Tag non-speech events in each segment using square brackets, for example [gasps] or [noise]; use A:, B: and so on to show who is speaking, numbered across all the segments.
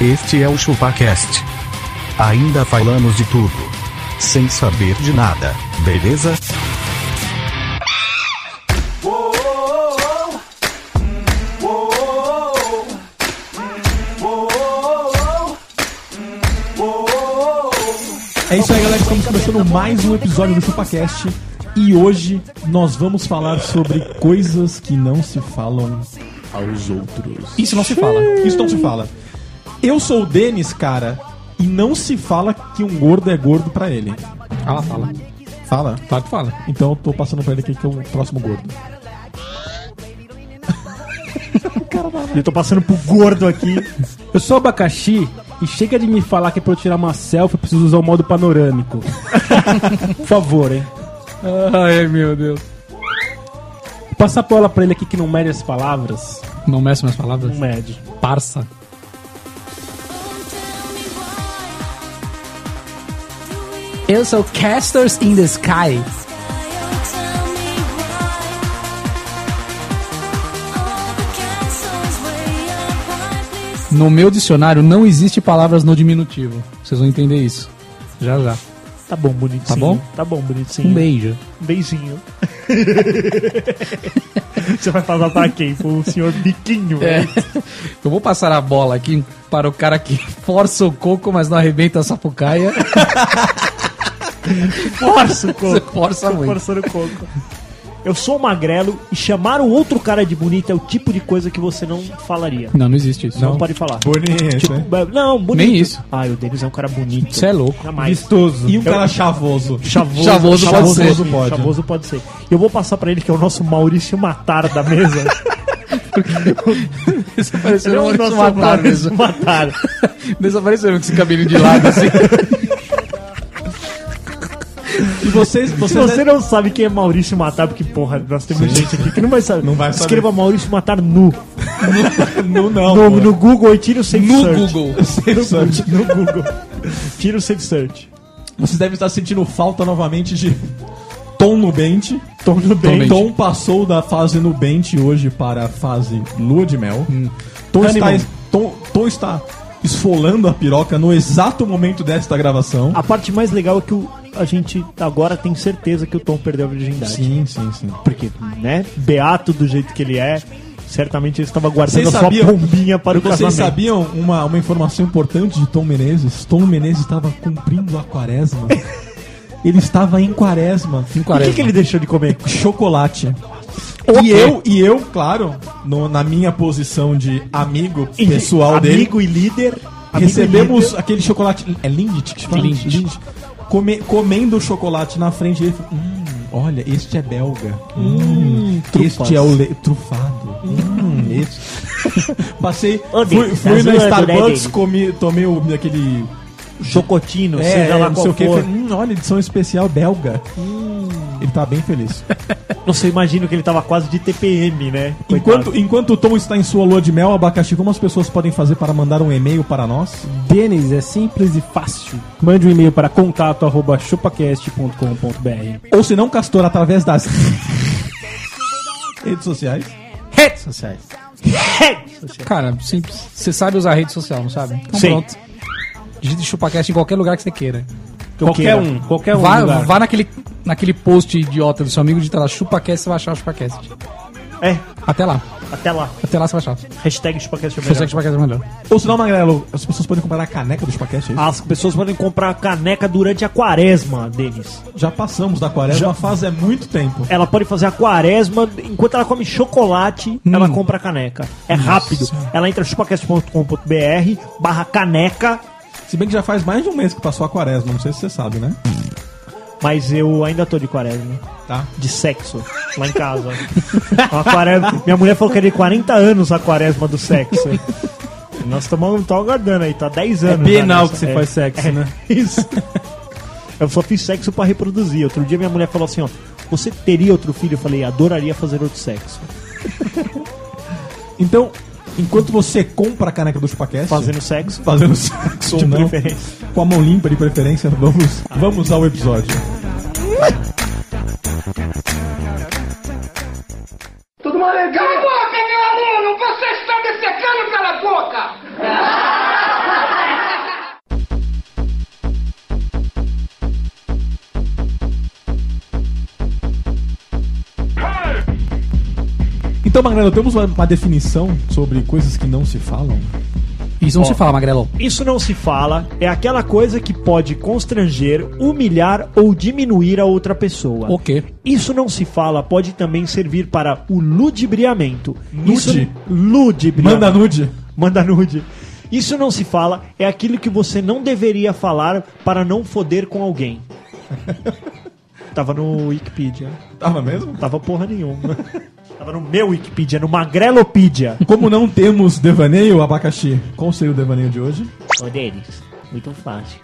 A: Este é o ChupaCast. Ainda falamos de tudo. Sem saber de nada, beleza?
B: É isso aí, galera. Estamos começando mais um episódio do ChupaCast. E hoje nós vamos falar sobre coisas que não se falam aos outros. Isso não se fala. Isso não se fala. Eu sou o Denis, cara, e não se fala que um gordo é gordo pra ele.
C: Ela Ah, fala.
B: Fala?
C: Claro que fala.
B: Então eu tô passando pra ele aqui que é o próximo
C: [laughs]
B: gordo.
D: Eu tô passando pro gordo aqui.
C: Eu sou abacaxi e chega de me falar que pra eu tirar uma selfie eu preciso usar o modo panorâmico. Por favor, hein?
B: Ai, meu Deus.
C: Passar a bola pra ele aqui que não mede as palavras.
B: Não meço minhas palavras?
C: Não mede.
B: Parça.
C: Eu sou Casters in the Sky.
B: No meu dicionário não existe palavras no diminutivo. Vocês vão entender isso. Já já.
D: Tá bom, bonitinho.
B: Tá bom?
D: Tá bom, bonitinho.
B: Um beijo.
D: Um beijinho. [laughs] Você vai passar pra quem? Pro senhor Biquinho.
C: É.
D: né?
B: Eu vou passar a bola aqui para o cara que [laughs] força o coco, mas não arrebenta a sapucaia.
D: [laughs] Força o
B: Você
D: coco.
B: força
D: Tô
B: muito.
D: forçando o coco. Eu sou magrelo e chamar o outro cara de bonito é o tipo de coisa que você não falaria.
B: Não, não existe isso.
D: Não, pode falar.
E: Bonito,
C: Tipo,
E: né?
D: Não, bonito.
B: Nem isso.
D: Ah, o Denis é um cara bonito.
B: Você é louco.
D: Jamais.
E: Vistoso.
B: E um
D: cara
E: chavoso.
D: Chavoso,
B: Chavoso pode ser.
D: sim,
E: Pode.
D: Chavoso pode ser. Eu vou passar pra ele que é o nosso Maurício Matar da mesa.
B: Isso pareceu
D: Ele é
B: um
D: o
B: Maurício
D: nosso
B: Matar mesmo.
D: Matar.
B: Desapareceu com esse cabelinho de lado
D: [laughs]
B: assim.
E: E vocês,
D: Se
E: vocês
D: você não sabe quem é Maurício Matar, porque, porra, nós temos gente aqui que não vai saber.
E: Não vai saber.
D: Escreva Maurício Matar nu.
E: não, não. é.
D: No,
E: pô.
D: no Google e tira o safe
B: No
D: search.
B: Google.
D: [laughs] No Google. No Google. tira o safe search.
E: Vocês devem estar sentindo falta novamente de Tom Nubente.
D: Tom no
B: Nubente.
D: bem.
E: Tom passou da fase Nubente hoje para a fase Lua de Mel. Tom,
D: Honeymoon.
E: está, Tom, Tom está esfolando a piroca no exato momento desta gravação.
D: A parte mais legal é que o- a gente agora tem certeza que o Tom perdeu a virgindade.
E: Sim, sim, sim.
D: Porque, né, beato do jeito que ele é, certamente ele estava guardando
E: Vocês
D: a sua
E: sabiam-
D: pombinha para o
E: Vocês
D: casamento.
E: sabiam uma, uma informação importante de Tom Menezes? Tom Menezes estava cumprindo a quaresma. Ele estava em quaresma.
D: E
B: Em
D: o que,
B: quaresma.
D: que ele deixou de comer?
E: chocolate.
B: O
E: E
B: quê?
E: eu, e eu, claro, no- na minha posição de amigo pessoal
D: amigo
E: dele,
D: e líder. amigo e
E: recebemos
D: líder.
E: aquele chocolate. É Lindt? que fala?
B: Lindt.
E: Come- comendo o chocolate na frente ele falou, hum, olha, este é belga. Hum, este é o le- trufado. Hum, [laughs] este. [laughs] Passei,
D: Ô,
E: fui,
D: Denis,
E: fui
D: tá
E: no
D: zoando, né,
E: Starbucks,
D: Denis?
E: comi, tomei o, aquele.
D: Chocotino,
E: É,
D: seja lá
E: não
D: qual
E: sei o que.
D: for.
E: Hum, olha, edição especial belga. Ele tá bem [laughs] feliz.
D: Nossa, eu imagino que ele tava quase de TPM, né?
E: Enquanto, enquanto o Tom está em sua lua de mel, abacaxi, como as pessoas podem fazer para mandar um e-mail para nós?
C: Denis é simples e fácil. Mande um e-mail para contato@chupacast.com.br.
E: Ou se não, Castor, através das [laughs] redes sociais.
B: Redes sociais.
D: Coitado.
B: Cara, simples. Você sabe usar rede social, não sabe? Então
D: Sim.
B: pronto. Digite chupacast em qualquer lugar que você queira.
C: Qualquer um, qualquer um.
B: vá
C: lugar.
B: vá naquele, naquele post idiota do seu amigo, digita lá chupacast, você vai achar o chupacast.
D: É,
B: Até lá.
D: até lá.
B: Até lá você vai achar.
D: Hashtag Chupacast é o
B: Você
D: melhor.
B: que chupacast é melhor.
E: Ou se não, Magrelo, as pessoas podem comprar a caneca do Spacast, é isso?
D: As pessoas podem comprar caneca durante a quaresma, Denis.
E: Já passamos da quaresma, faz é muito tempo.
D: Ela pode fazer a quaresma, enquanto ela come chocolate,
C: Hum.
D: ela compra a caneca. É rápido. Ela entra em chupacast.com.br barra caneca,
E: Se bem que já faz mais de um mês que passou a quaresma, não sei se você sabe, né?
D: mas eu ainda tô de quaresma.
E: Tá.
D: De sexo, lá em casa. Uma quaresma- Minha mulher falou que era de 40 anos a quaresma do sexo. Nós estamos aguardando aí, tá 10 anos. já
C: Bienal
D: nessa-
C: É
D: é.
C: que você faz sexo, né?
D: [laughs] Isso. Eu só fiz sexo pra reproduzir. Outro dia minha mulher falou assim, ó, você teria outro filho? Eu falei, adoraria fazer outro sexo.
E: Então, enquanto você compra a caneca do Spacast,
D: Fazendo sexo,
E: fazendo sexo
D: de
E: ou não,
D: preferência.
E: com a mão limpa de preferência, vamos, vamos ao episódio.
F: Cala a boca, meu aluno! Você está me secando, cala a boca!
B: Então, Magrelo, temos uma, uma definição sobre coisas que não se falam?
F: Isso não se fala, Magrelo.
D: Isso não se fala, é aquela coisa que pode constranger, humilhar ou diminuir a outra pessoa.
F: O quê?
D: Isso não se fala pode também servir para o ludibriamento.
B: Nude?
D: Isso, ludibriamento.
B: Manda nude.
D: Manda nude. Isso não se fala é aquilo que você não deveria falar para não foder com
B: [laughs]
D: alguém. Tava no Wikipedia.
B: Tava mesmo?
D: Tava porra nenhuma. [laughs] Tava no meu Wikipedia, no Magrelopedia.
B: Como não temos devaneio, abacaxi, qual seria o devaneio de hoje?
D: Poderes. Muito fácil.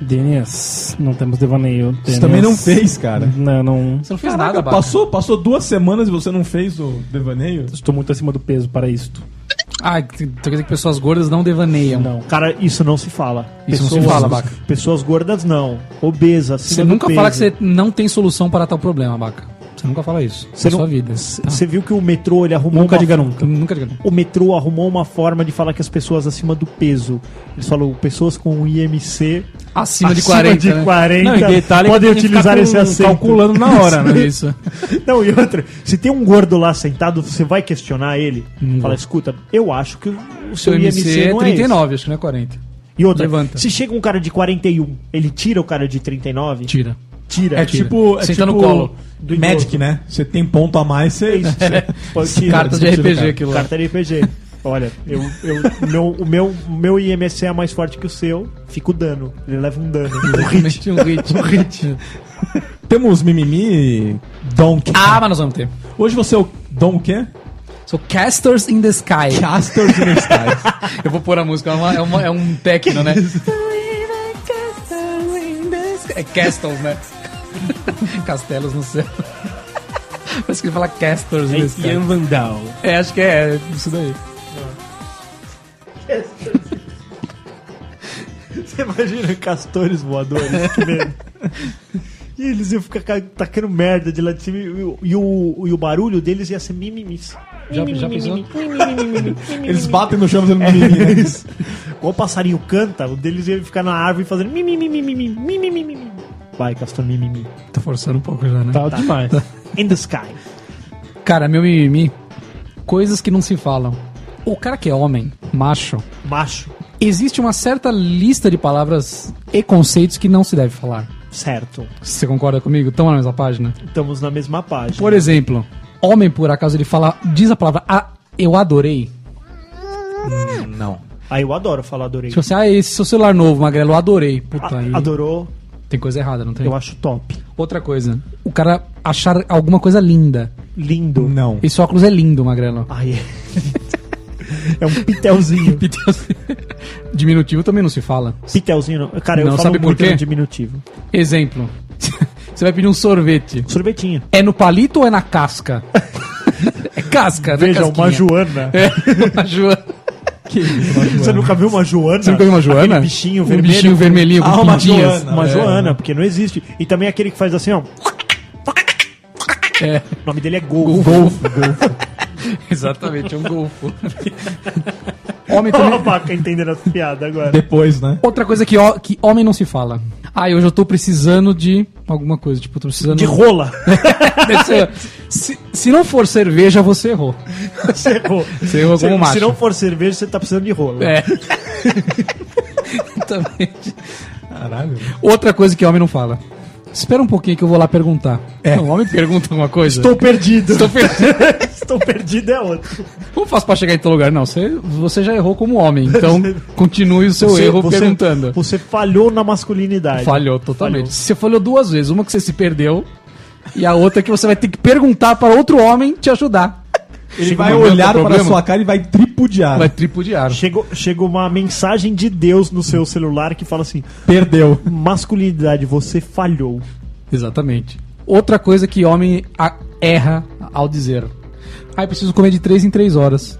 C: Denis, não temos devaneio. Denis.
B: Você também não fez, cara.
C: Não, não.
F: Você não fez
B: Caraca,
F: nada, Baca.
B: passou, passou duas semanas e você não fez o devaneio?
C: Estou muito acima do peso para isto.
F: Ah, então quer dizer que pessoas gordas não devaneiam.
C: Não.
D: Cara, isso não se fala.
F: Isso não se fala, Baca.
D: Pessoas gordas não. Obesas.
F: Você nunca fala que você não tem solução para tal problema, Baca. Você nunca fala isso.
D: Você
F: na
D: não-
F: sua vida.
D: Você viu que o metrô ele arrumou
C: Nunca
D: uma-
C: diga nunca.
F: tá. Nunca diga.
D: O metrô arrumou uma forma de falar que as pessoas acima do peso. Eles falam pessoas com IMC
F: Acima, de
D: acima
F: 40.
D: de
F: né?
D: 40
F: Não, e detalhe é que
D: podem
F: tem que ficar
D: utilizar
F: com-
D: esse acento.
F: Calculando na hora, né? Isso.
D: [laughs] Não, e outra, se tem um gordo lá sentado, você vai questionar ele? Fala, escuta, eu acho que o
F: Seu
D: seu IMC,
F: IMC é
D: não é esse."
F: 39, acho que não é 40.
D: E outra,
F: Levanta.
D: se chega um cara de 41, ele tira o cara de 39?
F: Tira.
D: Tira.
B: É tipo. É
F: Senta no
B: tipo
F: colo.
D: Do
B: Magic, né? Você tem ponto a mais, [laughs] você.
F: [laughs]
D: Isso. Pode tirar.
F: Cartas de
B: tira,
F: RPG
B: cara.
F: aquilo lá.
D: Carta de RPG. Olha, eu, eu, meu, o meu, o meu IMC é mais forte que o seu, fica o dano. Ele leva um
B: [laughs]
D: dano. Um
F: [laughs]
D: hit.
F: Mete um hit. um hit.
B: Temos mimimi. Donkey.
F: Ah, mas nós vamos ter.
B: Hoje você é o Don quê?
F: Sou Casters in the Sky.
B: Castor de Nestais.
F: [laughs] Eu vou pôr a música, é, uma- é uma- é um techno, né? É castles, [laughs] né? Castelos no céu. Parece que ele fala casters in the sky.
C: Vandal.
F: É, acho que é isso daí.
D: [laughs] Você imagina castores voadores? que medo. E eles iam ficar ca- tacando merda de lá de cima e, o- e o, e o barulho deles ia ser mimimis.
F: Já, já pensou?
B: Eles batem no chão fazendo mimimi,
D: [laughs]
B: né?
D: Qual o passarinho canta, o deles ia ficar na árvore fazendo mimimi, mimimi, mimimi, mimimi. Vai, castor mimimi.
F: Tô forçando um pouco já, né?
C: Tá, demais.
D: In the sky.
F: Cara, meu mimimi. Coisas que não se falam. O cara que é homem, macho,
D: Macho.
F: existe uma certa lista de palavras e conceitos que não se deve falar.
D: Certo.
F: Você concorda comigo? Estamos na mesma página?
D: Estamos na mesma página.
F: Por exemplo, homem, por acaso, ele fala, diz a palavra ah, eu adorei.
D: Aí eu adoro falar adorei.
F: Tipo assim, ah, esse seu celular novo, Magrelo, eu adorei. Puta,
D: A-
F: aí
D: adorou,
F: tem coisa errada, não tem?
D: eu acho top.
F: Outra coisa, o cara achar alguma coisa linda.
D: Lindo.
B: Não.
F: Esse óculos é lindo, Magrelo. [laughs]
D: Ai, é. é um pitelzinho.
F: Diminutivo também não se fala.
D: pitelzinho, não. cara, eu
F: Não,
D: falo
F: sabe por
D: muito
F: quê?
D: no diminutivo.
F: Exemplo, [laughs] você vai pedir um sorvete.
D: Sorvetinho.
F: É no palito ou é na casca? [laughs] é casca, né?
D: Veja, uma
F: casquinha?
D: joana.
F: É, [laughs] uma joana.
D: [laughs] Você nunca viu uma joana?
F: Você nunca viu uma joana?
D: Aquele bichinho
F: Um
D: vermelho.
F: bichinho vermelhinho com
B: Ah, uma
F: pintinhas.
B: joana.
D: Uma
B: É.
D: joana, porque não existe. E também aquele que faz assim, ó.
F: É.
D: O nome dele é Golfo. [laughs]
F: Exatamente, é um golfo. [laughs] Homem
D: Ó,
F: também...
D: o Baca entendendo essa piada
F: [laughs]
D: agora.
B: Depois, né?
F: Outra coisa que, ho- que homem não se fala. Ah, hoje eu tô precisando de alguma coisa. Tipo, eu tô precisando [laughs]
D: De rola.
F: Você- se, se não for cerveja, você errou.
D: Você errou.
F: Você errou como um
D: Se
F: macho.
D: não for cerveja, você tá precisando de rola.
F: É. [laughs] Exatamente.
B: Caralho.
F: Outra coisa que homem não fala. Espera um pouquinho que eu vou lá perguntar. Não, o homem pergunta alguma coisa.
D: Estou perdido. [laughs]
F: Estou perdido.
D: Estou perdido é outro.
F: [laughs] Como faço pra chegar em teu lugar? Não, você, você já errou como homem. Então continue o seu erro perguntando.
D: Você falhou na masculinidade.
F: Falhou totalmente. Você falhou duas vezes. Uma que você se perdeu e a outra que você vai ter que perguntar para outro homem te ajudar.
B: Ele vai
F: momento,
B: olhar para
F: problema.
B: sua cara e vai
E: Ah.
B: tripudiar.
F: Vai tripudiar.
D: Chegou, chegou uma mensagem de Deus no seu celular que fala assim:
B: Perdeu.
D: masculinidade, você falhou.
F: Exatamente. Outra coisa que homem a- erra ao dizer. Ah, eu preciso comer de 3 em 3 horas.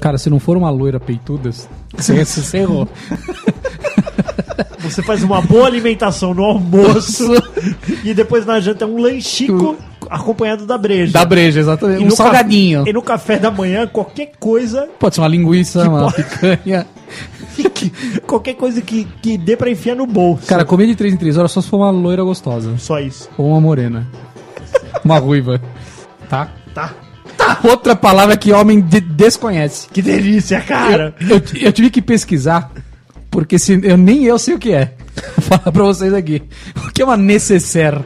F: Cara, se não for uma loira peituda, [laughs] você você errou.
D: Você faz uma boa alimentação no almoço e depois na janta é um lanchico acompanhado da breja.
F: Da breja, exatamente.
D: E
F: um
D: no ca-
F: salgadinho.
D: E no café da manhã, qualquer coisa, [laughs]
F: Pode ser uma linguiça, uma picanha.
D: que- qualquer coisa que, que dê pra enfiar no bolso.
F: Cara, comer de 3 em 3 horas só se for uma loira gostosa.
D: só isso.
F: Ou uma morena. Uma ruiva. Tá?
D: Tá.
F: Outra palavra que homem de- desconhece.
D: Que delícia, cara.
F: Eu, ti- eu tive que pesquisar, porque se, eu, nem eu sei o que é. Vou falar pra vocês aqui. O que é uma necessaire?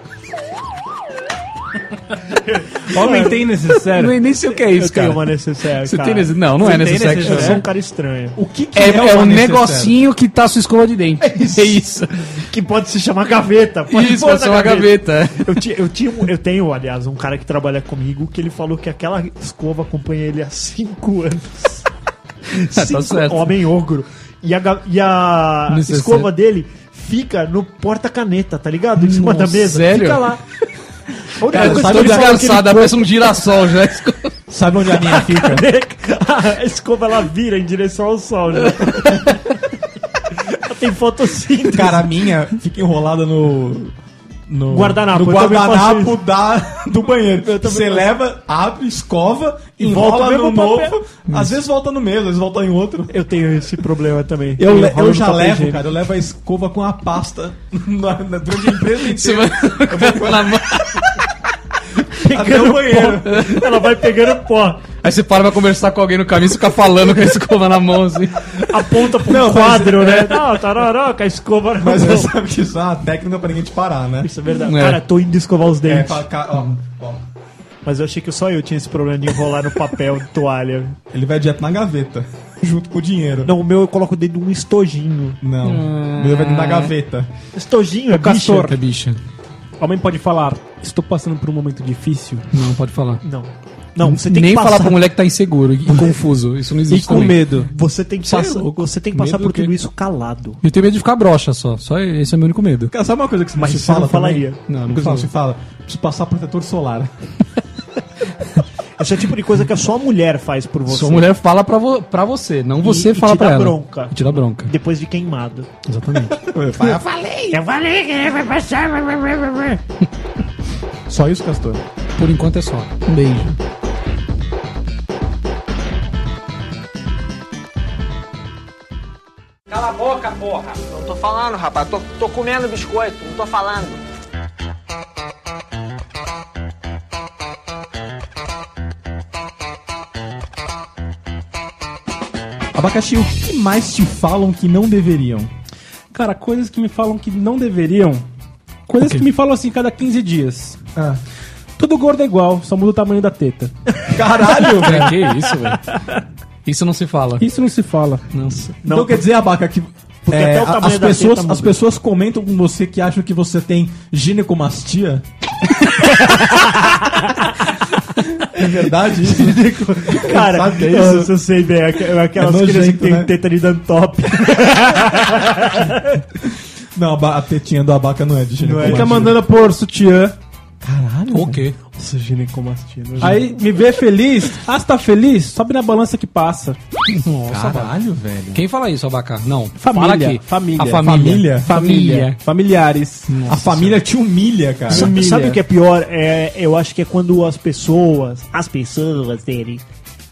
G: Homem tem necessário.
F: Eu nem sei o que é
D: Eu
F: isso,
D: tenho
F: cara.
D: uma necessária,
F: Você
D: cara.
F: tem necessaire? Não, não é
G: Você tem
F: necessaire.
D: Eu
G: necessaire?
D: sou um cara estranho.
E: O que, que
F: É, é um
E: uma necessaire?
F: negocinho que tá a sua escova de dente. É isso. É isso,
D: Que pode se chamar gaveta. Pode
F: isso
D: pôr
F: pode ser
D: na
F: uma gaveta. é.
D: Eu, tinha, eu, tinha um- eu tenho, aliás, um cara que trabalha comigo que ele falou que aquela escova acompanha ele há cinco anos.
F: [laughs]
D: cinco,
F: Tá certo.
D: Homem ogro. E a, ga- e a
F: Necessário.
D: escova dele fica no porta-caneta, tá ligado? Em cima da
F: Nossa,
D: mesa.
F: sério? [laughs]
D: Fica lá. A única
F: Eu estou
D: coisa que ele falou que ele
F: tá desgraçado, parece um girassol já.
E: Sabe onde a minha fica?
D: [laughs] A escova ela vira em direção ao sol, né? Ela tem fotossíntese.
E: Cara, a minha fica enrolada no. No
D: Guardanapo,
E: no
D: eu também faço
E: guardanapo da, do banheiro. Você leva, abre, escova,
D: volta
E: enrola
D: no
E: no
D: mesmo
E: novo.
D: papel.
E: Às vezes volta no mesmo, às vezes volta em outro.
D: Eu tenho esse problema também.
E: Eu, le- eu
D: rolo
E: já
D: no papel
E: levo,
D: higiênico.
E: cara, eu levo a escova com a pasta [laughs] na, na, durante a empresa
F: Você
E: inteira
F: vai na mão.
E: até o banheiro.
D: um Ela vai pegando pó.
F: Aí você para pra conversar com alguém no caminho e fica falando com a escova na mão, assim.
D: Aponta pro
E: Não, mas- é.
D: quadro, né? Não, taroroca, escova na
E: Mas
D: mão.
E: você sabe que isso é uma técnica pra ninguém te parar, né?
D: Isso é verdade.
F: É.
D: Cara, tô indo escovar os
E: É,
D: dentes.
E: fala, ca- ó, ó,
D: Mas eu achei que só eu tinha esse problema de enrolar no papel, de toalha.
E: ele vai direto na gaveta, [laughs] junto com o dinheiro.
D: Não, o meu eu coloco dentro de um estojinho.
E: Não,
C: Ah.
E: ele vai dentro da gaveta.
D: Estojinho é bicho?
F: É bicha.
C: Homem pode falar, estou passando por um momento difícil.
F: Não, pode falar.
D: Não. Não, você tem
F: Nem
D: que passar...
F: falar pra mulher que tá inseguro e confuso. Isso não existe. também.
C: medo.
D: Você tem que
F: Você é
D: passar,
F: louco.
D: você tem que
F: Medo
D: passar por
F: do quê?
D: tudo isso calado.
F: Eu tenho medo de ficar broxa só. Só esse é o meu único medo.
E: Cara, sabe uma coisa que se
D: Mas
E: se
D: você não falaria.
E: também?
F: Não, não
E: Coisa que
F: falo.
E: se fala. Preciso passar protetor solar.
D: Esse é o tipo de coisa que só a mulher faz por você.
F: Sua mulher fala pra, vo- pra você, não você
D: e
F: fala
D: te
F: pra
D: dá
F: ela.
D: bronca.
F: E te dá bronca.
D: Depois de queimado.
E: Só isso, Castor?
F: Por enquanto é só. Um beijo.
H: Cala a boca, porra! Não tô falando, rapaz. Tô, tô comendo biscoito, não tô falando.
E: Abacaxi, o que mais te falam que não deveriam?
C: Cara, coisas que me falam que não deveriam. Coisas que me falam assim cada 15 dias.
E: Ah.
C: Tudo gordo é igual, só muda o tamanho da teta.
E: Caralho, velho.
F: Cara, que isso, velho? Isso não se fala.
C: Isso não se fala.
F: Nossa.
E: Então quer dizer, Abaca, que é,
D: até o tamanho
E: as,
D: da
E: pessoas,
D: teta muda.
E: as pessoas comentam com você que acham que você tem ginecomastia? [laughs] é verdade isso?
D: Cara,
E: Sabe que é
D: eu,
E: isso?
D: eu sei bem, é aqu- é
E: É
D: aquelas
E: nojento,
D: crianças que tem
E: né?
D: teta de dando top.
E: Não, a ba- a tetinha do Abaca não é de ginecomastia.
C: Fica mandando por sutiã.
F: O quê?
D: Nossa, ginecomastia. é
C: Aí me vê feliz. Ah, você tá feliz? Sobe na balança que passa.
E: Caralho, velho.
F: Quem fala isso, Abacá? Não.
C: Família,
F: Fala aqui.
C: família,
F: A família.
E: família.
F: Família.
C: Familiares.
E: a família te humilha, cara.
D: Sa- Sabe o que é pior? É, eu acho que é quando as pessoas, as pessoas dele,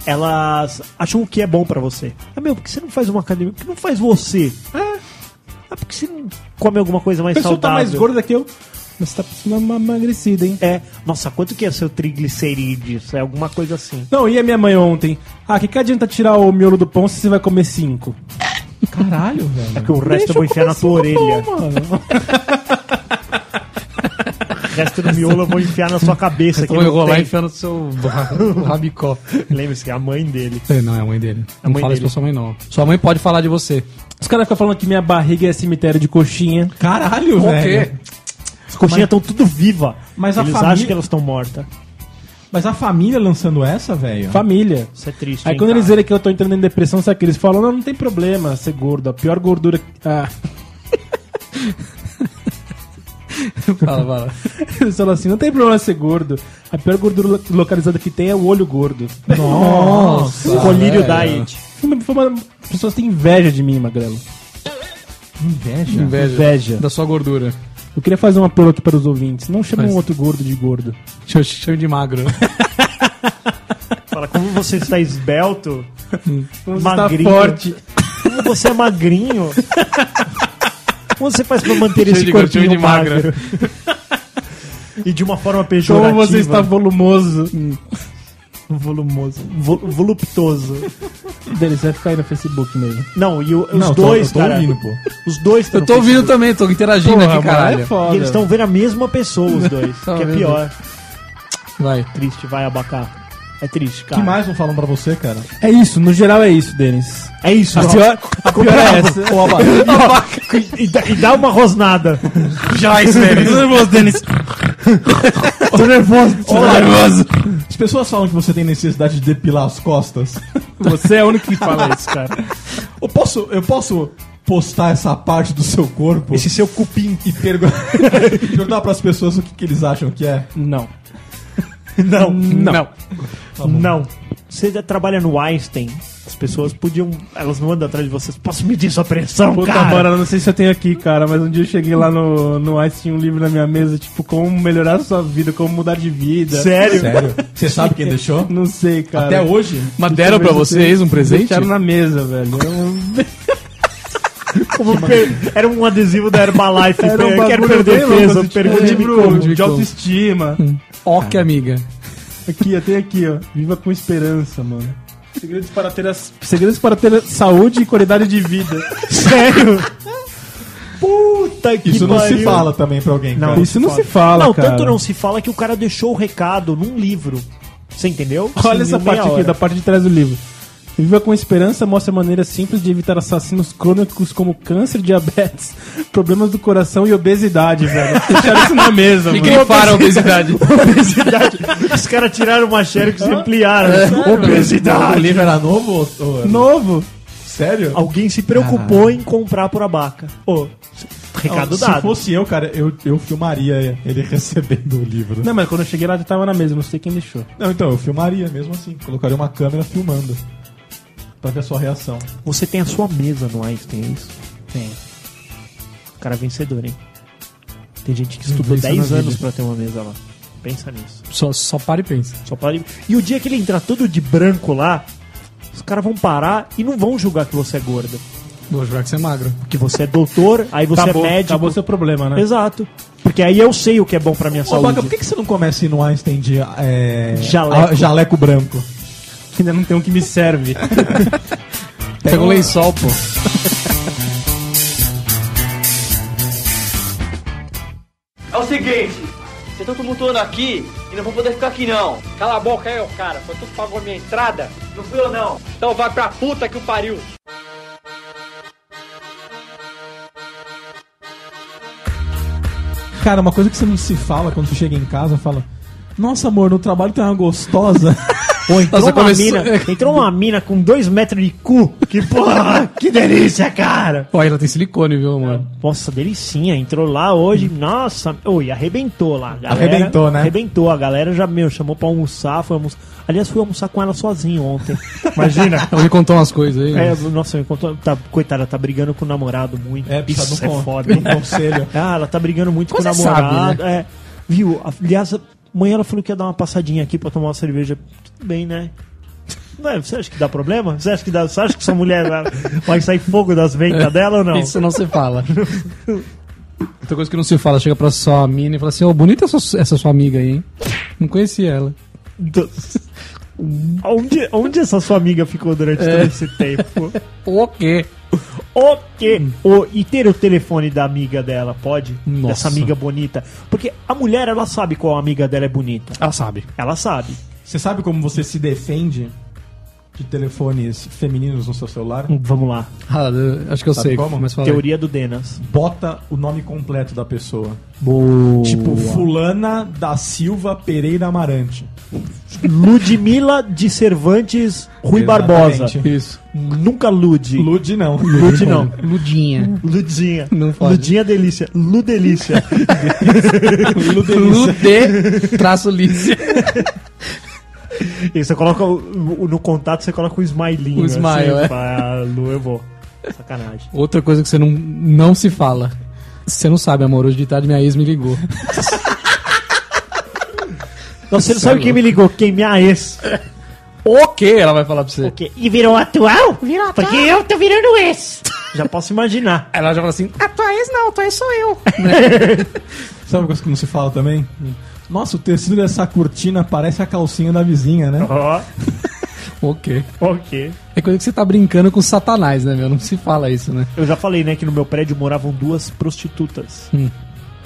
D: elas acham o que é bom pra você. Ah, meu, por que você não faz uma academia? Por que não faz você? Ah, ah, por que você não come alguma coisa mais
C: A pessoa
D: saudável?
C: tá mais gorda que eu. Mas você tá precisando uma emagrecida, hein?
D: É, nossa, quanto que é seu triglicerídeos? É alguma coisa assim.
C: Não, e a minha mãe ontem? Ah, que que adianta tirar o miolo do pão se você vai comer cinco?
E: Caralho, velho.
D: É que o resto eu vou enfiar na tua orelha. [laughs] O resto do miolo eu vou enfiar na sua cabeça. que
F: Então Vou
D: não
F: enrolar
D: tem.
F: enfiando no seu rabicó.
D: Lembre-se, que é a mãe dele.
F: É, Não, é a mãe dele. não
D: mãe
F: fala isso
D: dele.
F: pra sua mãe, não. Sua mãe pode falar de você.
C: Os caras ficam falando que minha barriga é cemitério de coxinha.
E: Caralho, velho.
D: As coxinhas estão tudo viva.
E: Mas a
D: Eles
E: família-
D: acham que elas estão mortas.
E: Mas a família lançando essa, velho?
C: Família.
D: Isso é triste.
C: Aí
D: hein,
C: quando
D: cara?
C: eles verem que eu tô entrando em depressão, sabe que eles falam? Não, não tem problema ser gordo. A pior gordura. que- Ah, [laughs]
F: Fala, fala.
C: eles falam assim: não tem problema ser gordo. A pior gordura lo- localizada que tem é o olho gordo.
D: Nossa, colírio diet.
C: As pessoas têm inveja de mim, Magrelo.
E: Inveja.
F: Inveja.
C: Inveja.
F: Da sua gordura.
C: Eu queria fazer um apelo aqui para os ouvintes. Não chama
F: Faz.
C: um outro gordo de gordo.
F: Chama- Chama de magro.
D: Fala, como você está esbelto,
C: Você
D: magrinho.
C: está forte.
D: Como você é magrinho. Como você faz pra manter
F: Chama
D: esse
F: de gordinho
D: corpinho
F: de magra.
D: magro? E de uma forma
C: Como
D: pejorativa.
C: Hum. você está volumoso.
D: Volumoso. Vo- voluptuoso.
C: Deles, vai ficar aí no Facebook mesmo.
D: Não, e o- os
E: Não, eu tô-
D: dois,
E: eu tô
D: cara.
E: ouvindo, pô.
D: Os dois tão
F: Eu
D: no
F: tô ouvindo
D: Facebook.
F: também, tô interagindo aqui, caralho.
C: é foda.
D: E eles estão vendo a mesma pessoa,
F: [laughs]
D: os dois.
F: Tá
D: que é
F: vendo?
D: pior.
F: Vai.
D: Triste, vai abacar. É triste,
E: O
D: cara.
E: que mais não falam pra você, cara?
C: É isso, no geral é isso, Denis.
D: É isso,
C: A
D: ó.
C: pior, a pior é essa.
D: [laughs] E, dá- e dá uma rosnada.
C: Tá
G: Já, Denis. Tô nervoso, Denis.
D: Tô nervoso.
G: nervoso.
E: As pessoas falam que você tem necessidade de depilar as costas.
G: Você é o único que fala
F: [laughs]
G: isso, cara.
E: Eu posso, eu posso postar essa parte do seu corpo
D: Esse seu cupim.
E: e pergu- [laughs] e perguntar pras pessoas o que, que eles acham que é?
C: Não.
D: Não,
C: Não.
D: não. Você já trabalha no Einstein. As pessoas podiam. Elas não andam atrás de vocês. Posso medir sua pressão,
C: Puta,
D: cara?
C: mano, eu não sei se eu tenho aqui, cara, mas um dia eu cheguei lá no, no Ice, tinha um livro na minha mesa, tipo, como melhorar a sua vida, como mudar de vida.
D: Sério?
E: Sério? Você sabe quem deixou?
C: Não sei, cara.
E: Até hoje?
F: Mas deram pra vocês um presente?
C: Deixaram na mesa, velho.
D: Como per- Era um adesivo da Herbalife.
C: Era um
D: Eu quero
C: bagulho
D: perder
C: bem louco,
D: peso.
C: assim, tipo,
D: perder
C: um
D: de
C: livro
D: como.
C: de autoestima.
F: Ó que amiga.
C: Aqui, até aqui, ó. Viva com esperança, mano. Segredos para ter, as... Segredos para ter a saúde e qualidade de vida.
D: Sério? Puta que
E: Isso não se
D: pariu.
E: fala também pra alguém, cara.
C: Isso não se fala,
D: não,
C: cara.
D: tanto não se fala que o cara deixou o recado num livro. Você entendeu?
C: Olha
D: Sim,
C: essa
D: em
C: parte
D: meia
C: aqui, da
D: hora.
C: parte de trás do livro. Viva com esperança mostra maneiras simples de evitar assassinos crônicos como câncer, diabetes, [laughs] problemas do coração e obesidade, velho. [laughs] Deixaram isso na mesa,
F: E
C: mano.
F: grifar a obesidade.
D: Os caras tiraram uma xerox e ampliaram.
C: É.
E: O
D: Obesidade.
E: livro era novo? ou- ou era-
C: Novo?
E: Sério?
D: Alguém se preocupou em comprar por abaca. Ô, recado
E: Se
D: dado.
E: fosse eu, cara, eu, eu filmaria ele [laughs] recebendo o livro.
C: Não, mas quando eu cheguei lá já tava na mesa, não sei quem deixou.
E: Não, então, eu filmaria mesmo assim. Colocaria uma câmera filmando. Pra ver a sua reação.
D: Você tem a sua mesa no Einstein, é isso? Tem. Cara vencedor, hein? Tem gente que estudou
F: isso
D: 10
F: na
D: anos pra ter uma mesa lá. Pensa nisso.
F: [laughs] Só, só para e pensa.
D: Só para... E o dia que ele entrar todo de branco lá, os caras vão parar e não vão julgar que você é gorda.
F: Vou jurar que você é magro.
D: Que você é doutor, aí você
C: acabou,
D: é médico.
C: acabou seu problema, né?
D: Exato. Porque aí eu sei o que é bom pra minha
E: Ô,
D: saúde.
E: Baca, por que, que você não começa a ir no Einstein de é,
D: Jaleco.
E: a- jaleco branco?
C: Ainda não tem um que
E: [laughs]
C: me serve.
E: um
C: um
F: Pega o lençol, pô.
H: É o seguinte, vocês estão tumultuando aqui e não vão poder ficar aqui não. Cala a boca aí, ô cara. Foi tu que pagou a minha entrada? Não fui eu não. Então vai pra puta que o pariu.
E: Cara, uma coisa que você não se fala quando você chega em casa, fala. Nossa, amor, no trabalho tem uma
C: [laughs]
E: gostosa.
D: Pô, entrou,
F: Nossa,
D: uma
F: começou-
E: [laughs]
D: mina, entrou uma mina com dois metros de cu. Que porra, [laughs] que delícia, cara.
F: Ó, ela tem silicone, viu, amor?
D: Nossa, delicinha. Entrou lá hoje. Nossa, oi, arrebentou lá. a Galera,
E: Hum. Arrebentou, né?
D: Arrebentou. A galera já, meu, chamou pra almoçar. Foi almoçar. Aliás, fui almoçar com ela sozinho
E: [laughs]
D: ontem. Imagina.
F: Ela Então me contou umas coisas aí.
D: É, nossa, me contou. Tá, coitada, tá brigando com o namorado muito.
E: É, precisa
D: Isso
E: de um con-
D: é foda.
E: [laughs]
D: hein?
E: de um conselho.
D: [laughs] Ah, ela tá brigando muito com o
F: Você né?
D: namorado. é. Viu? Aliás, amanhã ela falou que ia dar uma passadinha aqui pra tomar uma cerveja. Tudo bem, né? Ué, Você acha que dá problema? Você acha que, dá, você acha que sua mulher vai- vai sair fogo das ventas dela ou não?
F: Isso não se [laughs] fala. Outra coisa que não se fala, chega pra sua mina e fala assim, ó, bonita essa, su- essa sua amiga aí, hein? Não conheci ela.
D: Do- [laughs] Onde, onde essa sua amiga ficou durante
F: É.
D: todo esse tempo?
F: O quê?
D: O quê? O, e ter o telefone da amiga dela, pode?
F: Hum. Nossa.
D: Dessa amiga bonita. Porque a mulher, ela sabe qual amiga dela é bonita.
F: Ela sabe.
D: Ela sabe.
E: você sabe como você se defende de telefones femininos no seu celular?
D: Hum, Vamos lá.
F: Ah, eu- acho que eu
E: Sabe
F: sei,
E: como?
F: mas fala aí.
D: Teoria do Denas.
E: Bota o nome completo da pessoa.
D: Boa.
E: Tipo, Fulana da Silva Pereira Amarante.
D: Ludmilla de Cervantes Rui
E: Exatamente.
D: Barbosa.
F: Isso.
D: Nunca Lud.
E: Lude [laughs] não.
D: Lud não.
F: Ludinha.
D: Ludinha.
F: Não pode.
D: Ludinha delícia. Ludelícia.
F: Lude, traço Lícia.
D: E você coloca o- o- no contato, você coloca o smilinho. assim,
F: O smile, é.
D: pra "Ah, Lu, eu vou. Sacanagem.
F: Outra coisa que você não, não se fala. Você não sabe, amor, hoje de tarde minha ex me ligou.
D: Nossa, você não sabe quem me Ah, ligou? Quem? Minha ex.
F: O quê? Ela vai falar pra você.
D: Porque, e virou atual? Virou atual. Porque eu tô virando ex. Já posso imaginar.
F: Ela já fala assim, [laughs]
E: Sabe uma coisa que não se fala também? Nossa, o tecido dessa cortina parece a calcinha da vizinha, né?
D: Ó,
F: Ok.
D: ok.
F: É coisa que você tá brincando com satanás, né, meu? Não se fala isso, né?
D: Eu já falei, né, que no meu prédio moravam duas prostitutas.
F: Hum.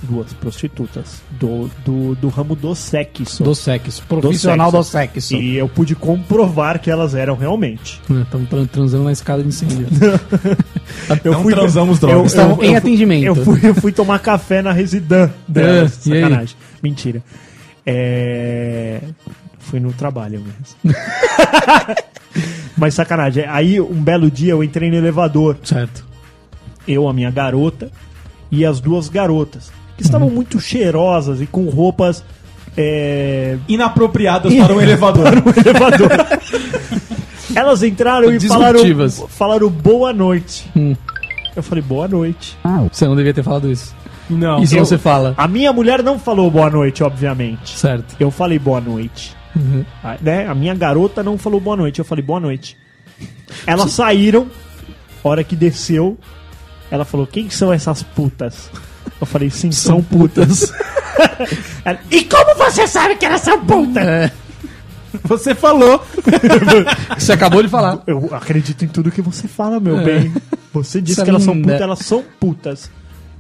D: Duas prostitutas. Do, do, do ramo do sexo.
F: Do sexo. Profissional do
D: Do
F: sexo.
D: E eu pude comprovar que elas eram realmente.
F: Estamos É, transando na escada de incêndio. Ah,
D: Eu
E: Não transamos
D: eu,
E: drogas.
F: Estavam em
D: fui-
F: atendimento.
D: Eu fui, eu fui tomar café na Residan delas.
F: É, e aí?
D: sacanagem. Mentira. É... Fui no trabalho
F: [laughs]
D: mesmo. Mas sacanagem. Aí, um belo dia, eu entrei no elevador.
F: [laughs] certo.
D: Eu, a minha garota e as duas garotas. Que estavam
F: Uhum.
D: muito cheirosas e com roupas... É...
E: Inapropriadas [laughs] para um elevador.
D: no elevador. Elas entraram e falaram,
F: Disruptivas.
D: falaram boa noite.
F: Hum.
D: Eu falei, boa noite.
F: Você não devia ter falado isso.
D: Não.
F: isso você fala.
D: A minha mulher não falou boa noite, obviamente.
F: Certo. Uhum.
D: Eu falei boa noite. A, né? a minha garota não falou boa noite. Eu falei boa noite. Elas saíram. A hora que desceu, ela falou: Quem são essas putas? Eu falei: Sim, são putas.
F: [laughs]
D: [laughs] Ela, e como você sabe que elas são putas?
C: Você falou.
F: Você acabou de falar.
D: Eu acredito em tudo que você fala, meu bem. Você disse
F: Essa
D: que elas são
F: É. linda.
D: putas, elas são putas.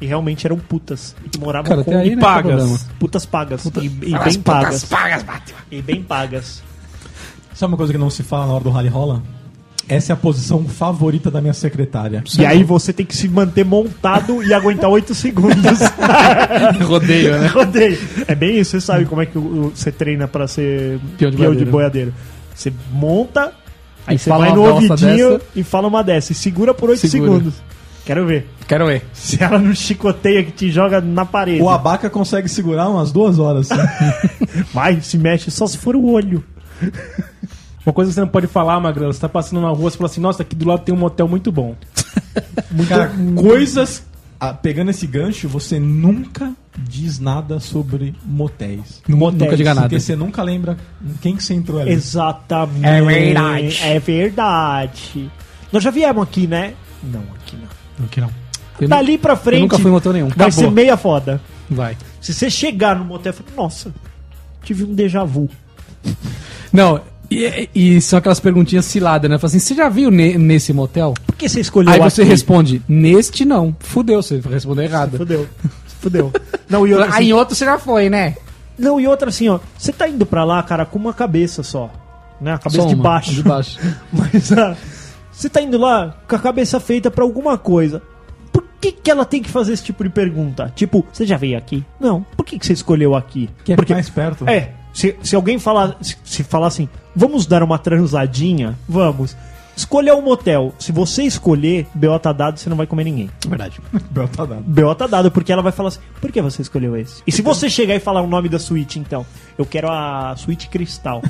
D: E realmente eram putas. E que moravam
F: Cara,
D: com
F: até aí
D: e
F: não tem problema.
D: pagas. Putas pagas. E, e bem pagas.
F: pagas, Batman.
D: E bem pagas.
E: Sabe uma coisa que não se fala na hora do rally rola? Essa é a posição favorita da minha secretária.
F: é
D: E aí você tem que se manter montado e aguentar
F: [laughs]
D: 8 segundos.
F: [laughs] Rodeio, né?
D: Rodeio. É bem isso, você sabe como é que o- o- você treina pra ser
F: Peão de boiadeiro.
D: boiadeiro. Você monta, aí
F: E
D: você
F: fala
D: vai no
F: uma bosta
D: ouvidinho
F: dessa.
D: e fala uma dessa. E segura por 8
F: Segura.
D: segundos. Quero ver.
F: Quero ver.
D: Se ela não chicoteia que te joga na parede.
E: O abaca consegue segurar umas duas [laughs] horas.
D: Vai, se mexe só se for o olho.
C: Uma coisa que você não pode falar, Magrela, você tá passando na rua, você fala assim, nossa, aqui do lado tem um motel muito bom.
E: Cara, coisas. Ah, pegando esse gancho, você nunca diz nada sobre motéis.
F: Nunca diga nada.
E: Porque você nunca lembra com quem que você entrou ali.
D: Exatamente.
F: É verdade.
D: É verdade. Nós já viemos aqui, né? Não, aqui não.
F: Eu nu-
D: Dali pra frente.
F: eu nunca fui em motel nenhum.
D: Vai
F: Acabou.
D: ser meia foda.
F: Vai.
D: Se você chegar no motel e falar, nossa, tive um déjà vu.
F: Não, e, e são aquelas perguntinhas ciladas, né? Fala assim, você já viu ne- nesse motel?
D: Por que você escolheu
F: Aí você
D: aqui?
F: responde, neste não. Fudeu, você respondeu errado.
D: Fudeu. Fudeu. Não, e
F: [laughs]
D: outra
F: Aí
D: assim,
F: em outro você já foi, né?
D: não, e outra assim ó. Você tá indo pra lá, cara, com uma cabeça só. Né? A cabeça
F: Só
D: de
F: uma,
D: baixo.
F: De baixo.
D: Mas ah, você tá indo lá com a cabeça feita pra alguma coisa. Por que, que ela tem que fazer esse tipo de pergunta? Tipo, você já veio aqui? Não. Por que, que você escolheu aqui?
E: Que é
D: Porque,
E: mais perto.
D: é, se, se alguém falar, se, se falar assim, vamos dar uma transadinha, vamos. Escolha um motel. Se você escolher, B.O. tá dado, você não vai comer ninguém.
E: é [laughs]
F: Verdade.
E: Bel tá dado.
D: B.O. tá dado, porque ela vai falar assim, por que você escolheu esse? E se
E: Então.
D: você chegar e falar o nome da suíte, então? Eu quero a suíte
E: [laughs]
D: cristal.